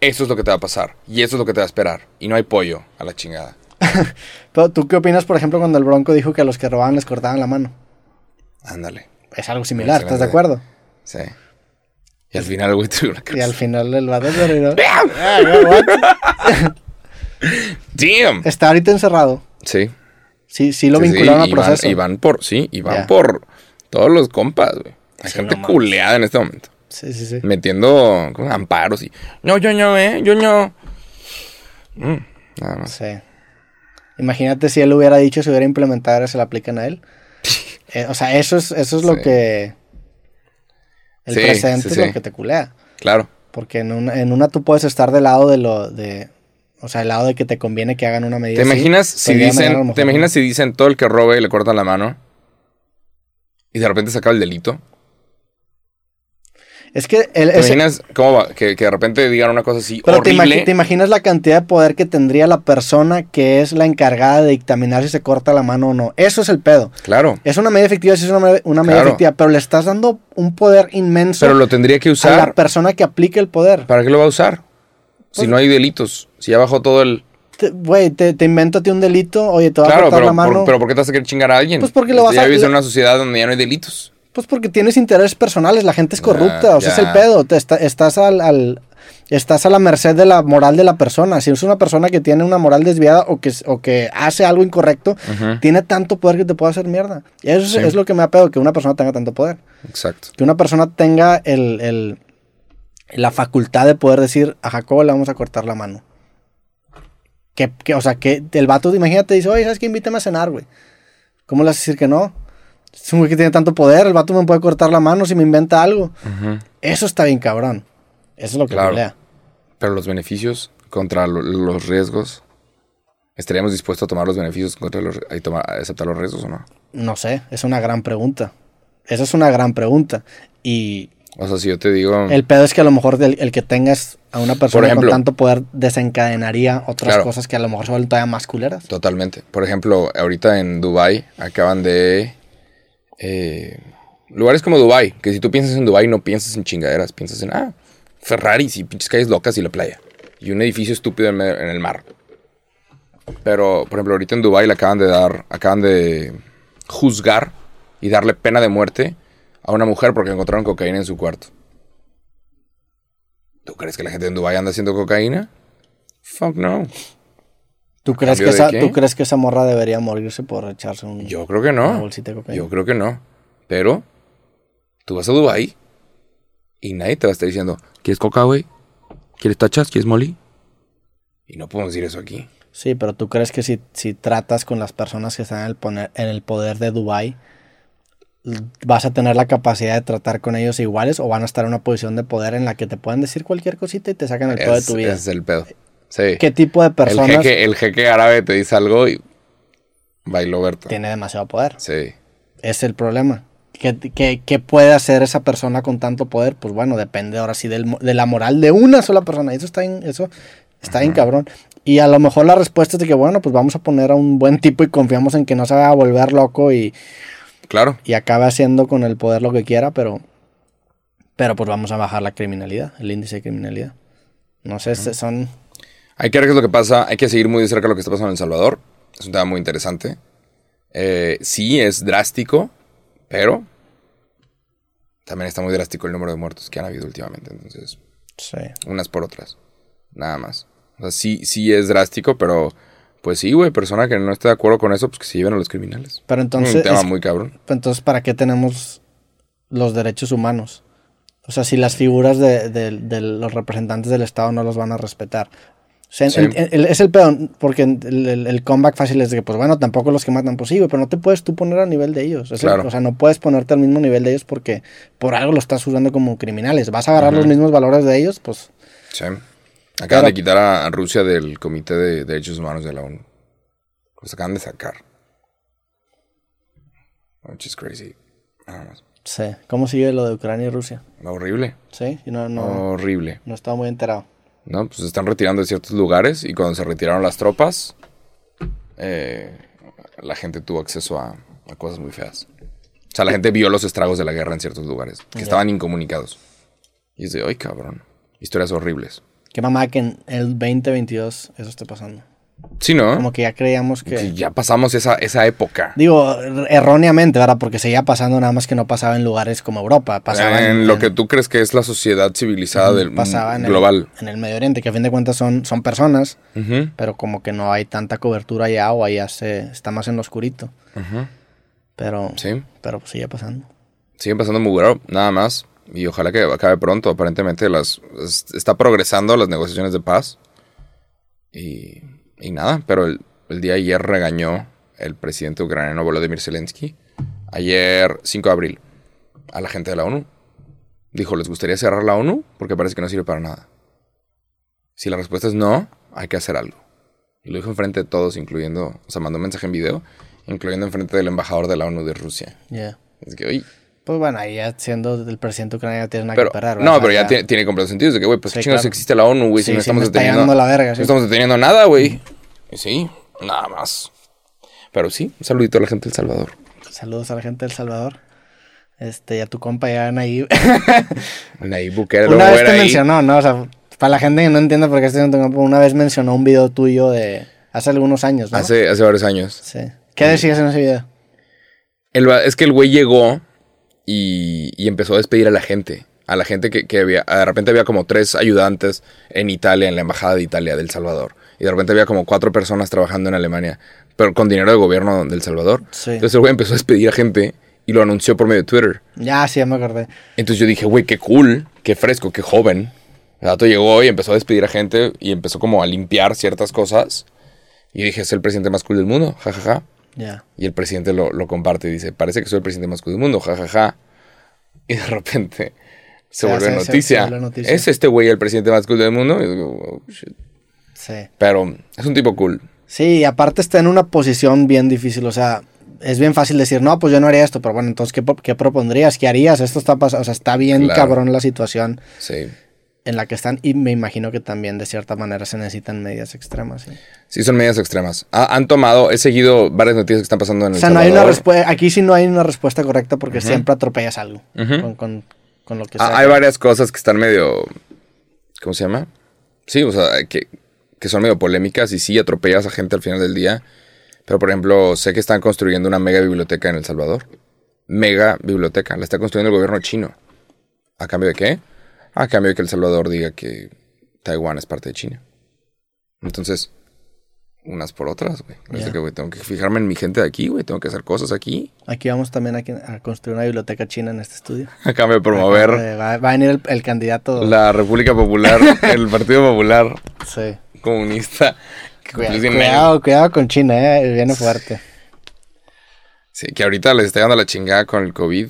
B: eso es lo que te va a pasar y eso es lo que te va a esperar y no hay pollo a la chingada.
A: Pero, ¿tú qué opinas, por ejemplo, cuando el Bronco dijo que a los que robaban les cortaban la mano?
B: Ándale.
A: Es algo similar, ¿estás de
B: Excelente.
A: acuerdo?
B: Sí. Y al final, güey, tuve
A: Y
B: una
A: al
B: cárcel.
A: final el vato se arruinó. Ah, güey, what?
B: Damn.
A: Está ahorita encerrado.
B: Sí.
A: Sí, sí lo
B: Sí, sí,
A: vincularon
B: y
A: a
B: van-
A: proceso.
B: Y van por, sí, y van
A: Ya.
B: por todos los compas, güey. Hay
A: Sí,
B: gente
A: no mames.
B: culeada en este momento.
A: Sí, sí, sí.
B: Metiendo ¿cómo? amparos y. No, yo no, eh, yo no. Mm, nada más.
A: Sí. Imagínate si él hubiera dicho, si hubiera implementado, ahora se la aplican a él. Eh, o sea, eso es, eso es lo
B: Sí.
A: que. El
B: Sí,
A: presente
B: sí,
A: es lo
B: sí.
A: que te culea.
B: Claro.
A: Porque en una, en una tú puedes estar del lado de lo de. O sea, del lado de que te conviene que hagan una medida.
B: ¿Te
A: así,
B: imaginas
A: pero
B: si
A: ya mañana a lo
B: dicen.
A: mejor
B: ¿Te
A: no.
B: imaginas si dicen todo el que robe y le cortan la mano? Y de repente se acaba el delito.
A: Es que el,
B: ¿Te
A: ese-
B: imaginas cómo va? Que, que de repente digan una cosa así
A: pero te,
B: horrible.
A: imagi- te imaginas la cantidad de poder que tendría la persona que es la encargada de dictaminar si se corta la mano o no. Eso es el pedo.
B: Claro.
A: Es una medida efectiva, sí es una, me- una medida
B: Claro.
A: efectiva, pero le estás dando un poder inmenso.
B: Pero lo tendría que
A: a la
B: usar.
A: persona que aplique el poder.
B: ¿Para qué lo va a usar? Si
A: Pues-
B: no hay delitos. Si ya bajó todo el.
A: Te- Güey, te, te invéntate un delito, oye, te va a
B: Claro,
A: cortar
B: pero
A: la mano.
B: por, pero ¿por qué te vas a querer chingar a alguien?
A: Pues porque lo vas
B: ya
A: a-
B: vives en una sociedad donde ya no hay delitos.
A: Pues porque tienes intereses personales, la gente es
B: Ya,
A: corrupta, o sea, es
B: ya.
A: el pedo, te está- estás al, al- estás a la merced de la moral de la persona. Si es una persona que tiene una moral desviada o que, o que hace algo incorrecto,
B: Ujú.
A: tiene tanto poder que te puede hacer mierda. Y eso es-
B: Sí.
A: es lo que me da pedo, que una persona tenga tanto poder.
B: Exacto.
A: que una persona tenga el, el- la facultad de poder decir a Jacobo le vamos a cortar la mano. Que, que, o sea, que el vato, imagínate, dice, oye, ¿sabes qué? Invítame a cenar, güey. ¿Cómo le vas a decir que no? Es un güey que tiene tanto poder, el vato me puede cortar la mano si me inventa algo. Eso está bien cabrón. Eso es lo que
B: Claro.
A: pelea.
B: Pero los beneficios contra lo- los riesgos. ¿Estaríamos dispuestos a tomar los beneficios contra los, y tomar, a aceptar los riesgos o no?
A: No sé, es una gran pregunta. Esa es una gran pregunta. Y
B: O sea, si yo te digo.
A: El pedo es que a lo mejor el, el que tengas a una persona
B: Mm. ejemplo.
A: con tanto poder desencadenaría otras
B: Claro.
A: cosas que a lo mejor se vuelven todavía más culeras.
B: Totalmente. Por ejemplo, ahorita en Dubai acaban de... eh, lugares como Dubai, que si tú piensas en Dubai no piensas en chingaderas, piensas en, ah, Ferraris y pinches calles locas y la playa. Y un edificio estúpido en, medio- en el mar. Pero, por ejemplo, ahorita en Dubai le acaban de dar, acaban de juzgar y darle pena de muerte a una mujer porque encontraron cocaína en su cuarto. ¿Tú crees que la gente en Dubai anda haciendo cocaína? Fuck no.
A: ¿Tú crees, que
B: cambio de
A: esa,
B: qué?
A: ¿Tú crees que esa morra debería morirse por echarse un...
B: Yo creo que
A: Una
B: no.
A: bolsita de cocaína.
B: Yo creo que no. Pero tú vas a Dubai y nadie te va a estar diciendo, ¿quieres coca, güey? ¿Quieres tachas? ¿Quieres molly? Y no podemos decir eso aquí.
A: Sí, pero ¿tú crees que si, si tratas con las personas que están en el, poner- en el poder de Dubai vas a tener la capacidad de tratar con ellos iguales o van a estar en una posición de poder en la que te pueden decir cualquier cosita y te sacan el pedo de
B: Es,
A: tu vida?
B: es el pedo. Sí.
A: ¿Qué tipo de
B: el,
A: personas
B: jeque, el jeque árabe te dice algo y bailó Berta.
A: tiene demasiado poder?
B: Sí.
A: Es el problema. ¿Qué, qué- qué puede hacer esa persona con tanto poder? Pues bueno, depende ahora sí del mo- de la moral de una sola persona. Eso está en, eso está bien cabrón. Y a lo mejor la respuesta es de que, bueno, pues vamos a poner a un buen tipo y confiamos en que no se va a volver loco y,
B: Claro.
A: y acabe haciendo con el poder lo que quiera, pero, pero pues vamos a bajar la criminalidad, el índice de criminalidad. No sé, se- son...
B: Hay que ver qué es lo que pasa. Hay que seguir muy de cerca lo que está pasando en El Salvador. Es un tema muy interesante. Eh, sí, es drástico, pero también está muy drástico el número de muertos que han habido últimamente. Entonces,
A: Sí.
B: unas por otras. Nada más. O sea, sí, sí es drástico, pero pues sí, güey, persona que no esté de acuerdo con eso, pues que se lleven a los criminales.
A: Pero entonces...
B: un tema
A: es-
B: muy cabrón.
A: Pues Entonces, ¿para qué tenemos los derechos humanos? O sea, si las figuras de, de- de los representantes del Estado no los van a respetar. O sea, en-
B: Sí.
A: en- el- es el peón, porque el, el- el comeback fácil es de que, pues bueno, tampoco los que matan, pues sí, güey, pero no te puedes tú poner a nivel de ellos. Es el-
B: Claro.
A: o sea, no puedes ponerte al mismo nivel de ellos porque por algo lo estás usando como criminales. Vas a agarrar los mismos valores de ellos, pues
B: Sí. Acaban
A: Claro.
B: de quitar a, a Rusia del Comité de Derechos Humanos de la ONU. Los acaban de sacar. Which is crazy. Nada más.
A: sí. ¿Cómo sigue lo de Ucrania y Rusia?
B: Horrible.
A: Sí, yo no,
B: Oh.
A: no,
B: Horrible.
A: no estaba muy enterado.
B: ¿No? Pues se están retirando de ciertos lugares y cuando se retiraron las tropas, eh, la gente tuvo acceso a, a cosas muy feas. O sea, la gente vio los estragos de la guerra en ciertos lugares, que estaban incomunicados. Y es de, ay, cabrón, historias horribles.
A: Qué mamá que en el 2022 eso esté pasando.
B: Sí, ¿no?
A: Como que ya creíamos que...
B: Sí, ya pasamos esa, esa época.
A: Digo, er- erróneamente, ¿verdad? Porque seguía pasando nada más que no pasaba en lugares como Europa. Pasaba
B: en, lo que tú crees que es la sociedad civilizada del
A: pasaba en el-
B: global.
A: en el Medio Oriente, que a fin de cuentas son, son personas,
B: Ujú,
A: pero como que no hay tanta cobertura allá o allá se está más en lo oscurito.
B: ujú.
A: Pero,
B: Sí.
A: pero pues sigue pasando.
B: Siguen pasando mugrero, nada más. Y ojalá que acabe pronto. Aparentemente las es- está progresando las negociaciones de paz. Y, y nada, pero el, el día de ayer regañó el presidente ucraniano Volodymyr Zelensky. Ayer, 5 de abril, a la gente de la ONU. Dijo, ¿les gustaría cerrar la ONU? Porque parece que no sirve para nada. Si la respuesta es no, hay que hacer algo. Y lo dijo enfrente de todos, incluyendo, o sea, mandó un mensaje en video, incluyendo enfrente del embajador de la ONU de Rusia.
A: Ya.
B: Es que, oye,
A: Pues bueno, ahí ya siendo el presidente ucraniano tienes nada
B: pero,
A: que perder. ¿verdad?
B: no,
A: O sea,
B: pero ya tiene, tiene completo sentido. Es de que, güey, pues
A: Sí,
B: qué chingados
A: claro.
B: existe la ONU, güey,
A: Sí,
B: si
A: sí,
B: no estamos
A: me está
B: deteniendo.
A: llegando la verga, sí.
B: No estamos deteniendo nada, güey. Y Sí, nada más. Pero sí, un saludito a la gente del Salvador.
A: Saludos a la gente del Salvador. Este, y a tu compa ya en ahí.
B: Ahí Bukele,
A: una
B: luego
A: vez
B: era
A: te
B: ahí.
A: mencionó, ¿no? O sea, para la gente que no entiende por qué estoy en tu campo, una vez mencionó un video tuyo de hace algunos años, ¿no?
B: Hace, hace varios años.
A: Sí. ¿Qué decías en ese video?
B: El va- es que el güey llegó y, y empezó a despedir a la gente. A la gente que, que había. De repente había como tres ayudantes en Italia, en la embajada de Italia, del Salvador. Y de repente había como cuatro personas trabajando en Alemania, pero con dinero del gobierno del Salvador.
A: Sí.
B: Entonces el güey empezó a despedir a gente y lo anunció por medio de Twitter.
A: Ya, sí, ya me acordé.
B: Entonces yo dije, güey, qué cool, qué fresco, qué joven. El dato llegó y empezó a despedir a gente y empezó como a limpiar ciertas cosas. Y dije, es el presidente más cool del mundo, jajaja.
A: Ya.
B: Y el presidente lo, lo comparte y dice, parece que soy el presidente más cool del mundo, jajaja. Y de repente se
A: Ya,
B: vuelve,
A: se- se-
B: noticia.
A: se vuelve noticia.
B: Es este güey el presidente más cool del mundo. Y digo, "Oh, shit".
A: Sí.
B: Pero es un tipo cool.
A: Sí, y aparte está en una posición bien difícil. O sea, es bien fácil decir, no, pues yo no haría esto, pero bueno, entonces, ¿qué, pro- qué propondrías? ¿Qué harías? Esto está pasando, o sea, está bien
B: Claro.
A: cabrón la situación
B: Sí.
A: en la que están y me imagino que también de cierta manera se necesitan medidas extremas. ¿sí?
B: Sí, son medidas extremas. Ha- han tomado, he seguido varias noticias que están pasando en el
A: O sea, no hay una
B: Salvador.
A: respuesta, aquí sí no hay una respuesta correcta porque siempre atropellas algo con, con- con lo que sea.
B: Ah, hay varias cosas que están medio. ¿Cómo se llama? Sí, o sea, que, que son medio polémicas y sí atropellas a gente al final del día. Pero, por ejemplo, sé que están construyendo una mega biblioteca en El Salvador. Mega biblioteca. La está construyendo el gobierno chino. ¿A cambio de qué? A cambio de que El Salvador diga que Taiwán es parte de China. Entonces, unas por otras, güey. Es de
A: Ya.
B: que, güey, tengo que fijarme en mi gente de aquí, güey. Tengo que hacer cosas aquí.
A: Aquí vamos también a, que- a construir una biblioteca china en este estudio.
B: A cambio de promover
A: Eh, va, va a venir el, el candidato.
B: la República Popular, el Partido Popular.
A: Sí.
B: comunista. Que
A: Cuida-
B: cumplió cien años.
A: Cuidado, cuidado con China, eh, viene fuerte.
B: Sí, que ahorita les está dando la chingada con el COVID.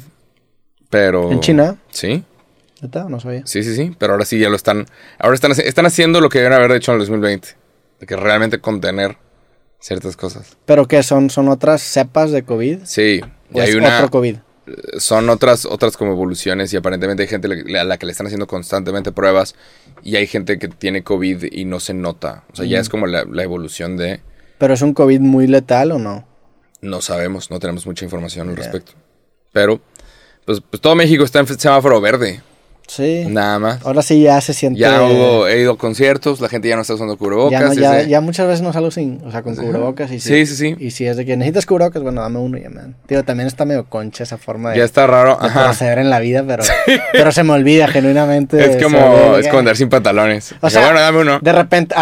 B: Pero.
A: ¿En China?
B: Sí,
A: ¿Neta? No sabía.
B: sí, sí, sí. Pero ahora sí ya lo están. Ahora están, haci- están haciendo lo que deben haber hecho en el 2020. De que realmente contener ciertas cosas.
A: ¿Pero qué son? ¿Son otras cepas de COVID?
B: Sí.
A: ¿O
B: Y hay
A: es
B: una.
A: Pues otro COVID?
B: son otras, otras como evoluciones y aparentemente hay gente le- a la que le están haciendo constantemente pruebas y hay gente que tiene COVID y no se nota. O sea,
A: Mm.
B: ya es como la, la evolución de
A: ¿Pero es un COVID muy letal o no?
B: no sabemos, no tenemos mucha información al respecto. Pero, pues, pues todo México está en semáforo verde,
A: Sí.
B: nada más.
A: Ahora sí ya se siente...
B: Ya hubo, he ido a conciertos, la gente ya no está usando
A: ya,
B: cubrebocas.
A: no- ya-
B: ese-
A: ya muchas veces no salgo sin, o sea, con cubrebocas y
B: Sí, sí, sí.
A: Y si es de que necesitas cubrebocas, bueno, dame uno y ya me dan. Tío, también está medio concha esa forma de,
B: ya está raro.
A: de
B: Ajá.
A: proceder en la vida, pero, pero se me olvida genuinamente.
B: Es
A: se me
B: como
A: olvida que-
B: esconder sin pantalones.
A: O
B: Dije,
A: sea,
B: bueno, dame uno.
A: De repente,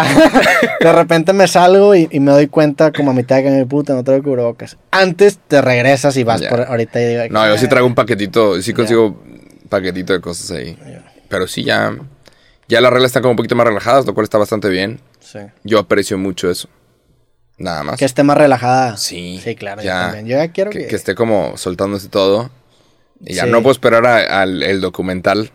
A: de repente me salgo y, y me doy cuenta como a mitad de que me puta, no traigo cubrebocas. Antes te regresas y vas
B: Ya.
A: por ahorita y digo,
B: No, yo sí
A: "Ah".
B: traigo un paquetito, sí consigo paquetito de cosas ahí. Pero sí, ya, ya las reglas están como un poquito más relajadas, lo cual está bastante bien.
A: Sí.
B: Yo aprecio mucho eso. Nada más.
A: Que esté más relajada.
B: Sí,
A: Sí, claro, yo
B: ya.
A: también. Yo ya quiero
B: que,
A: que...
B: que esté como soltándose todo. Y ya
A: Sí.
B: no puedo esperar a- al el documental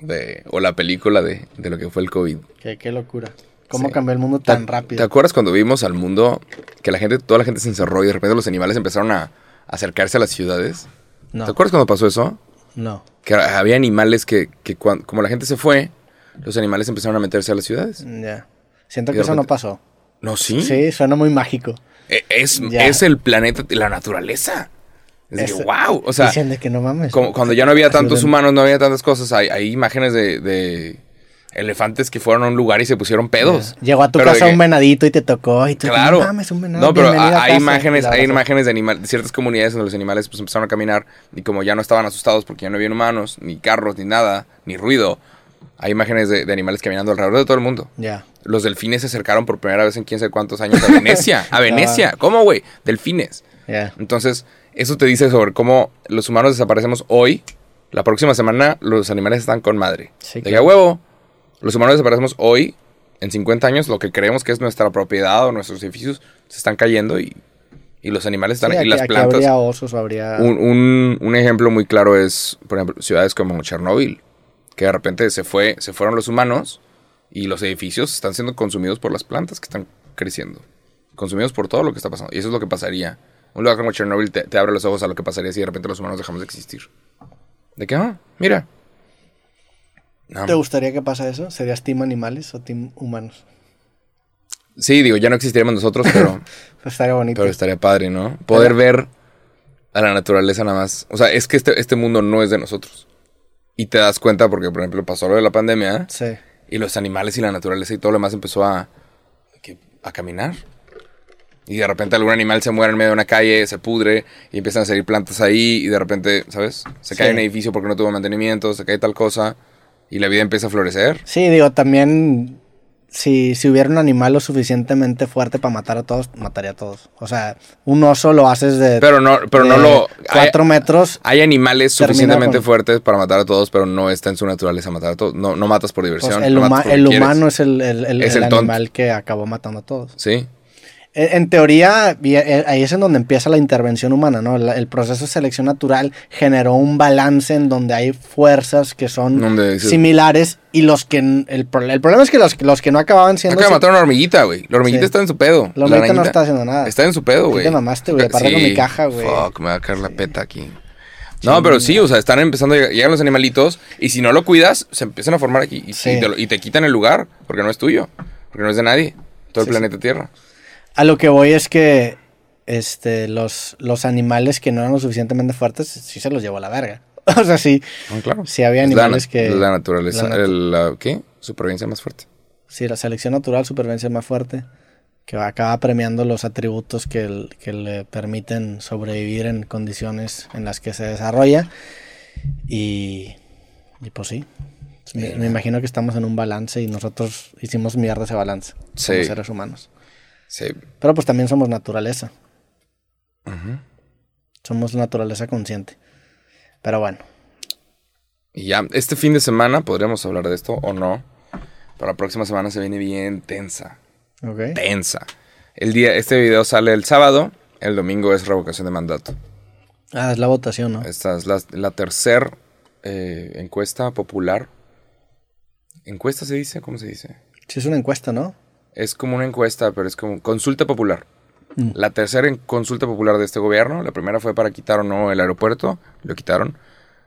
B: de, o la película de, de lo que fue el COVID.
A: que- qué locura. Cómo
B: Sí.
A: cambió el mundo
B: ¿Te-
A: tan
B: ¿Te
A: rápido.
B: acuerdas cuando vimos al mundo que la gente, toda la gente se encerró y de repente los animales empezaron a acercarse a las ciudades?
A: No,
B: ¿Te acuerdas cuando pasó eso?
A: no.
B: Que había animales que, que cuan- como la gente se fue, los animales empezaron a meterse a las ciudades.
A: Ya. Siento
B: Y
A: que
B: de
A: eso no
B: repente-
A: pasó.
B: No, sí.
A: Sí, suena muy mágico.
B: E- Es,
A: Ya.
B: es el planeta, la naturaleza. Es,
A: Es-
B: de, wow. O sea,
A: Dicen de que no mames.
B: como- cuando ya no había tantos
A: Ayuden.
B: humanos, no había tantas cosas, hay, hay imágenes de, de elefantes que fueron a un lugar y se pusieron pedos.
A: Llegó a tu
B: Pero de
A: casa
B: que-
A: un venadito y te tocó y tú
B: Claro.
A: no mames, un venado.
B: No, pero
A: bienvenido a
B: hay
A: casa".
B: imágenes,
A: La
B: hay
A: abrazas.
B: imágenes de animales, de ciertas comunidades donde los animales pues empezaron a caminar y como ya no estaban asustados porque ya no había humanos, ni carros, ni nada, ni ruido, hay imágenes de, de animales caminando alrededor de todo el mundo.
A: Ya.
B: Los delfines se acercaron por primera vez en quién sabe cuántos años a Venecia.
A: Ah.
B: A Venecia. ¿Cómo, güey? Delfines.
A: Ya.
B: Entonces, eso te dice sobre cómo los humanos desaparecemos hoy. La próxima semana los animales están con madre.
A: Sí,
B: de que,
A: claro.
B: huevo, los humanos desaparecemos hoy. En 50 años, lo que creemos que es nuestra propiedad o nuestros edificios se están cayendo y, y los animales están...
A: Sí,
B: y
A: aquí-
B: las
A: aquí
B: plantas...
A: habría osos, habría...
B: Un, un- un ejemplo muy claro es, por ejemplo, ciudades como Chernóbil, que de repente se, fue, se fueron los humanos y los edificios están siendo consumidos por las plantas que están creciendo. Consumidos por todo lo que está pasando. Y eso es lo que pasaría. Un lugar como Chernóbil te, te abre los ojos a lo que pasaría si de repente los humanos dejamos de existir. ¿De qué? Ah, mira. No.
A: ¿Te gustaría que pasa eso? ¿Serías team animales o team humanos?
B: Sí, digo, ya no existiríamos nosotros, pero...
A: Pues estaría bonito.
B: Pero estaría padre, ¿no? Poder ver a la naturaleza nada más. O sea, es que este, este mundo no es de nosotros. Y te das cuenta porque, por ejemplo, pasó lo de la pandemia
A: Sí.
B: y los animales y la naturaleza y todo lo demás empezó a, que- a caminar. Y de repente algún animal se muere en medio de una calle, se pudre y empiezan a salir plantas ahí y de repente, ¿sabes? Se cae
A: Sí.
B: un edificio porque no tuvo mantenimiento, se cae tal cosa y la vida empieza a florecer.
A: Sí, digo, también si, si hubiera un animal lo suficientemente fuerte para matar a todos, mataría a todos. O sea, un oso lo haces de...
B: Pero no, pero no
A: Eh, de
B: lo...
A: Cuatro
B: hay-
A: metros.
B: Hay animales
A: Termina
B: suficientemente
A: con-
B: fuertes para matar a todos, pero no está en su naturaleza matar a todos. No, no matas por
A: pues,
B: diversión.
A: el
B: no
A: huma-
B: matas porque
A: el
B: quieres.
A: humano es el, el- el-
B: Es
A: el
B: el tonto.
A: animal que acabó matando a todos.
B: Sí.
A: En, en teoría, y- eh, ahí es en donde empieza la intervención humana, ¿no? La- el proceso de selección natural generó un balance en donde hay fuerzas que son
B: Donde dices-
A: similares y los que... n- El, pro- el problema es que los, los que no acababan siendo...
B: Acaba de matar a una hormiguita, güey. La hormiguita
A: Sí.
B: está en su pedo.
A: La hormiguita no
B: arañita
A: está haciendo nada.
B: Está en su pedo,
A: Sí
B: güey.
A: te mamaste, güey, aparte con mi caja, güey.
B: Fuck, me va a caer la peta aquí. No, pero sí, o sea, están empezando, a llegar- llegan los animalitos y si no lo cuidas, se empiezan a formar aquí y,
A: Sí.
B: y te, lo- y te quitan el lugar porque no es tuyo, porque no es de nadie, todo
A: Sí,
B: el planeta Tierra.
A: A lo que voy es que este, los, los animales que no eran lo suficientemente fuertes, sí se los llevó a la verga. O sea, sí,
B: Ah, claro.
A: Sí, había
B: Es
A: animales
B: la, na-
A: que-
B: La naturaleza,
A: la nat-
B: el, la- ¿qué? Supervivencia más fuerte.
A: sí, la selección natural, supervivencia más fuerte, que acaba premiando los atributos que, el- que le permiten sobrevivir en condiciones en las que se desarrolla. Y, y pues sí, me, me imagino que estamos en un balance y nosotros hicimos mierda ese balance
B: Sí.
A: como seres humanos.
B: Sí.
A: Pero pues también somos naturaleza. Somos naturaleza consciente. Pero bueno,
B: Y ya, este fin de semana podríamos hablar de esto o no. Pero la próxima semana se viene bien tensa.
A: ok.
B: Tensa. El día, este video sale el sábado, el domingo es revocación de mandato.
A: Ah, es la votación, ¿no?
B: Esta es la, la tercer eh, encuesta popular. ¿Encuesta se dice? ¿Cómo se dice?
A: Sí, es una encuesta, ¿no?
B: Es como una encuesta, pero es como consulta popular.
A: Mm.
B: La tercera en- consulta popular de este gobierno. La primera fue para quitar o no el aeropuerto. Lo quitaron.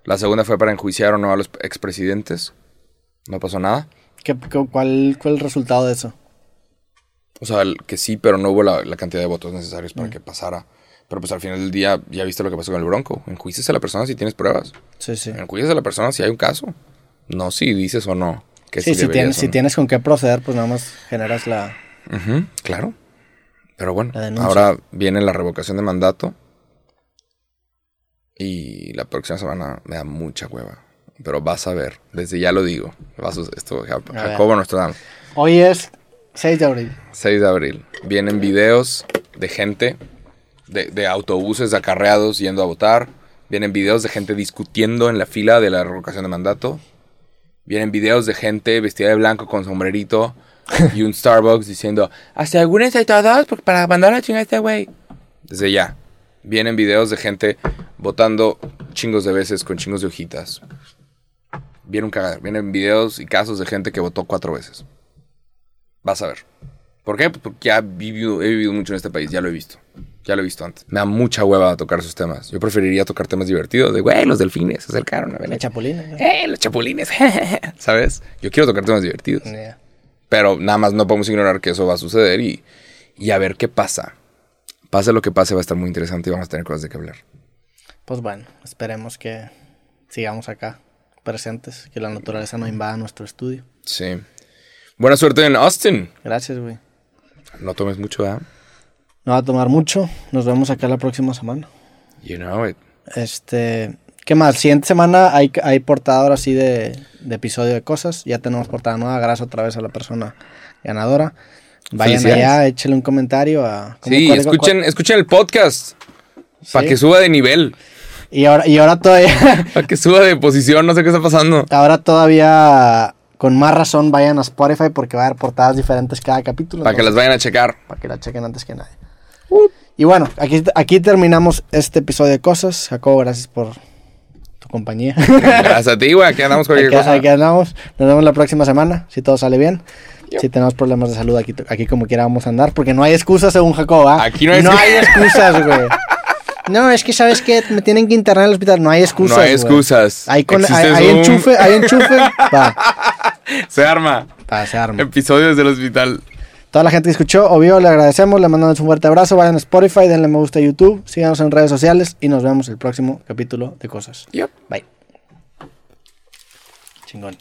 B: La segunda fue para enjuiciar o no a los expresidentes. No pasó nada.
A: ¿Qué, cu- cuál, ¿Cuál es el resultado de eso?
B: O sea, el- que sí, pero no hubo la, la cantidad de votos necesarios
A: Mm.
B: para que pasara. Pero pues al final del día, ya viste lo que pasó con el Bronco. Enjuicias a la persona si tienes pruebas.
A: Sí, sí.
B: Enjuicias a la persona si hay un caso. No si dices o no. Que
A: Sí, si,
B: deberías
A: tienes,
B: o
A: si
B: no.
A: tienes con qué proceder, pues nada más generas la...
B: Ujú, claro. Pero bueno,
A: La denuncia.
B: ahora viene la revocación de mandato. Y la próxima semana me da mucha hueva. Pero vas a ver, desde ya lo digo. Vas a- esto, Ja-
A: ver.
B: Jacobo Nostradamus.
A: Hoy es 6 de abril.
B: 6 de abril. Vienen videos de gente, de, de autobuses acarreados yendo a votar. Vienen videos de gente discutiendo en la fila de la revocación de mandato. Vienen videos de gente vestida de blanco con sombrerito y un Starbucks diciendo, asegúrense todos porque para mandar la chingada a este güey. Desde ya. Vienen videos de gente votando chingos de veces con chingos de hojitas. Viene un cagadero. Vienen videos y casos de gente que votó cuatro veces. Vas a ver. ¿Por qué? Pues porque ya vivido- he vivido mucho en este país, ya lo he visto. Ya lo he visto antes. Me da mucha hueva tocar esos temas. Yo preferiría tocar temas divertidos, de güey, los delfines se acercaron a ver.
A: La chapulina. ¿no?
B: ¡Eh, los chapulines! ¿Sabes? Yo quiero tocar temas divertidos.
A: Ya.
B: Pero nada más no podemos ignorar que eso va a suceder y, y a ver qué pasa. Pase lo que pase, va a estar muy interesante y vamos a tener cosas de qué hablar.
A: Pues bueno, esperemos que sigamos acá presentes, que la naturaleza no invada nuestro estudio.
B: Sí. Buena suerte en Austin.
A: Gracias, güey.
B: No tomes mucho, ¿ah? ¿verdad?
A: No va a tomar mucho. Nos vemos acá la próxima semana.
B: You know it.
A: Este, ¿qué más? Siguiente semana hay, hay portada ahora sí de, de episodio de cosas. Ya tenemos portada nueva. Gracias otra vez a la persona ganadora. Vayan
B: Felicidades.
A: allá, échenle un comentario a. ¿cómo-
B: Sí,
A: cuál-
B: escuchen, escuchen el podcast. Para
A: Sí.
B: que suba de nivel.
A: cuál- Y ahora, y ahora todavía,
B: Para que suba de posición. No sé qué está pasando.
A: ahora todavía con más razón vayan a Spotify porque va a haber portadas diferentes cada capítulo.
B: Para que las
A: entonces,
B: vayan a checar.
A: para que la chequen antes que nadie. Y bueno, aquí, aquí terminamos este episodio de cosas. Jacobo, gracias por tu compañía.
B: Gracias a ti, güey. Aquí andamos con cualquier
A: Aquí,
B: cosa.
A: aquí andamos. Nos vemos la próxima semana, si todo sale bien. Si tenemos problemas de salud, aquí, aquí como quiera vamos a andar, porque no hay excusas según Jacoba.
B: Aquí no hay excu-
A: hay excusas, güey. No, es que sabes que me tienen que internar en el hospital. No hay excusas.
B: No hay
A: güey.
B: excusas.
A: Hay, con-
B: Existe
A: hay- hay
B: Zoom.
A: enchufe, hay enchufe. Va,
B: Se arma.
A: va, se arma.
B: Episodios del hospital.
A: Toda la gente que escuchó o vio, le agradecemos, le mandamos un fuerte abrazo. Vayan a Spotify, denle me gusta a YouTube, síganos en redes sociales y nos vemos el próximo capítulo de Cosas.
B: Yep.
A: Bye. Chingón.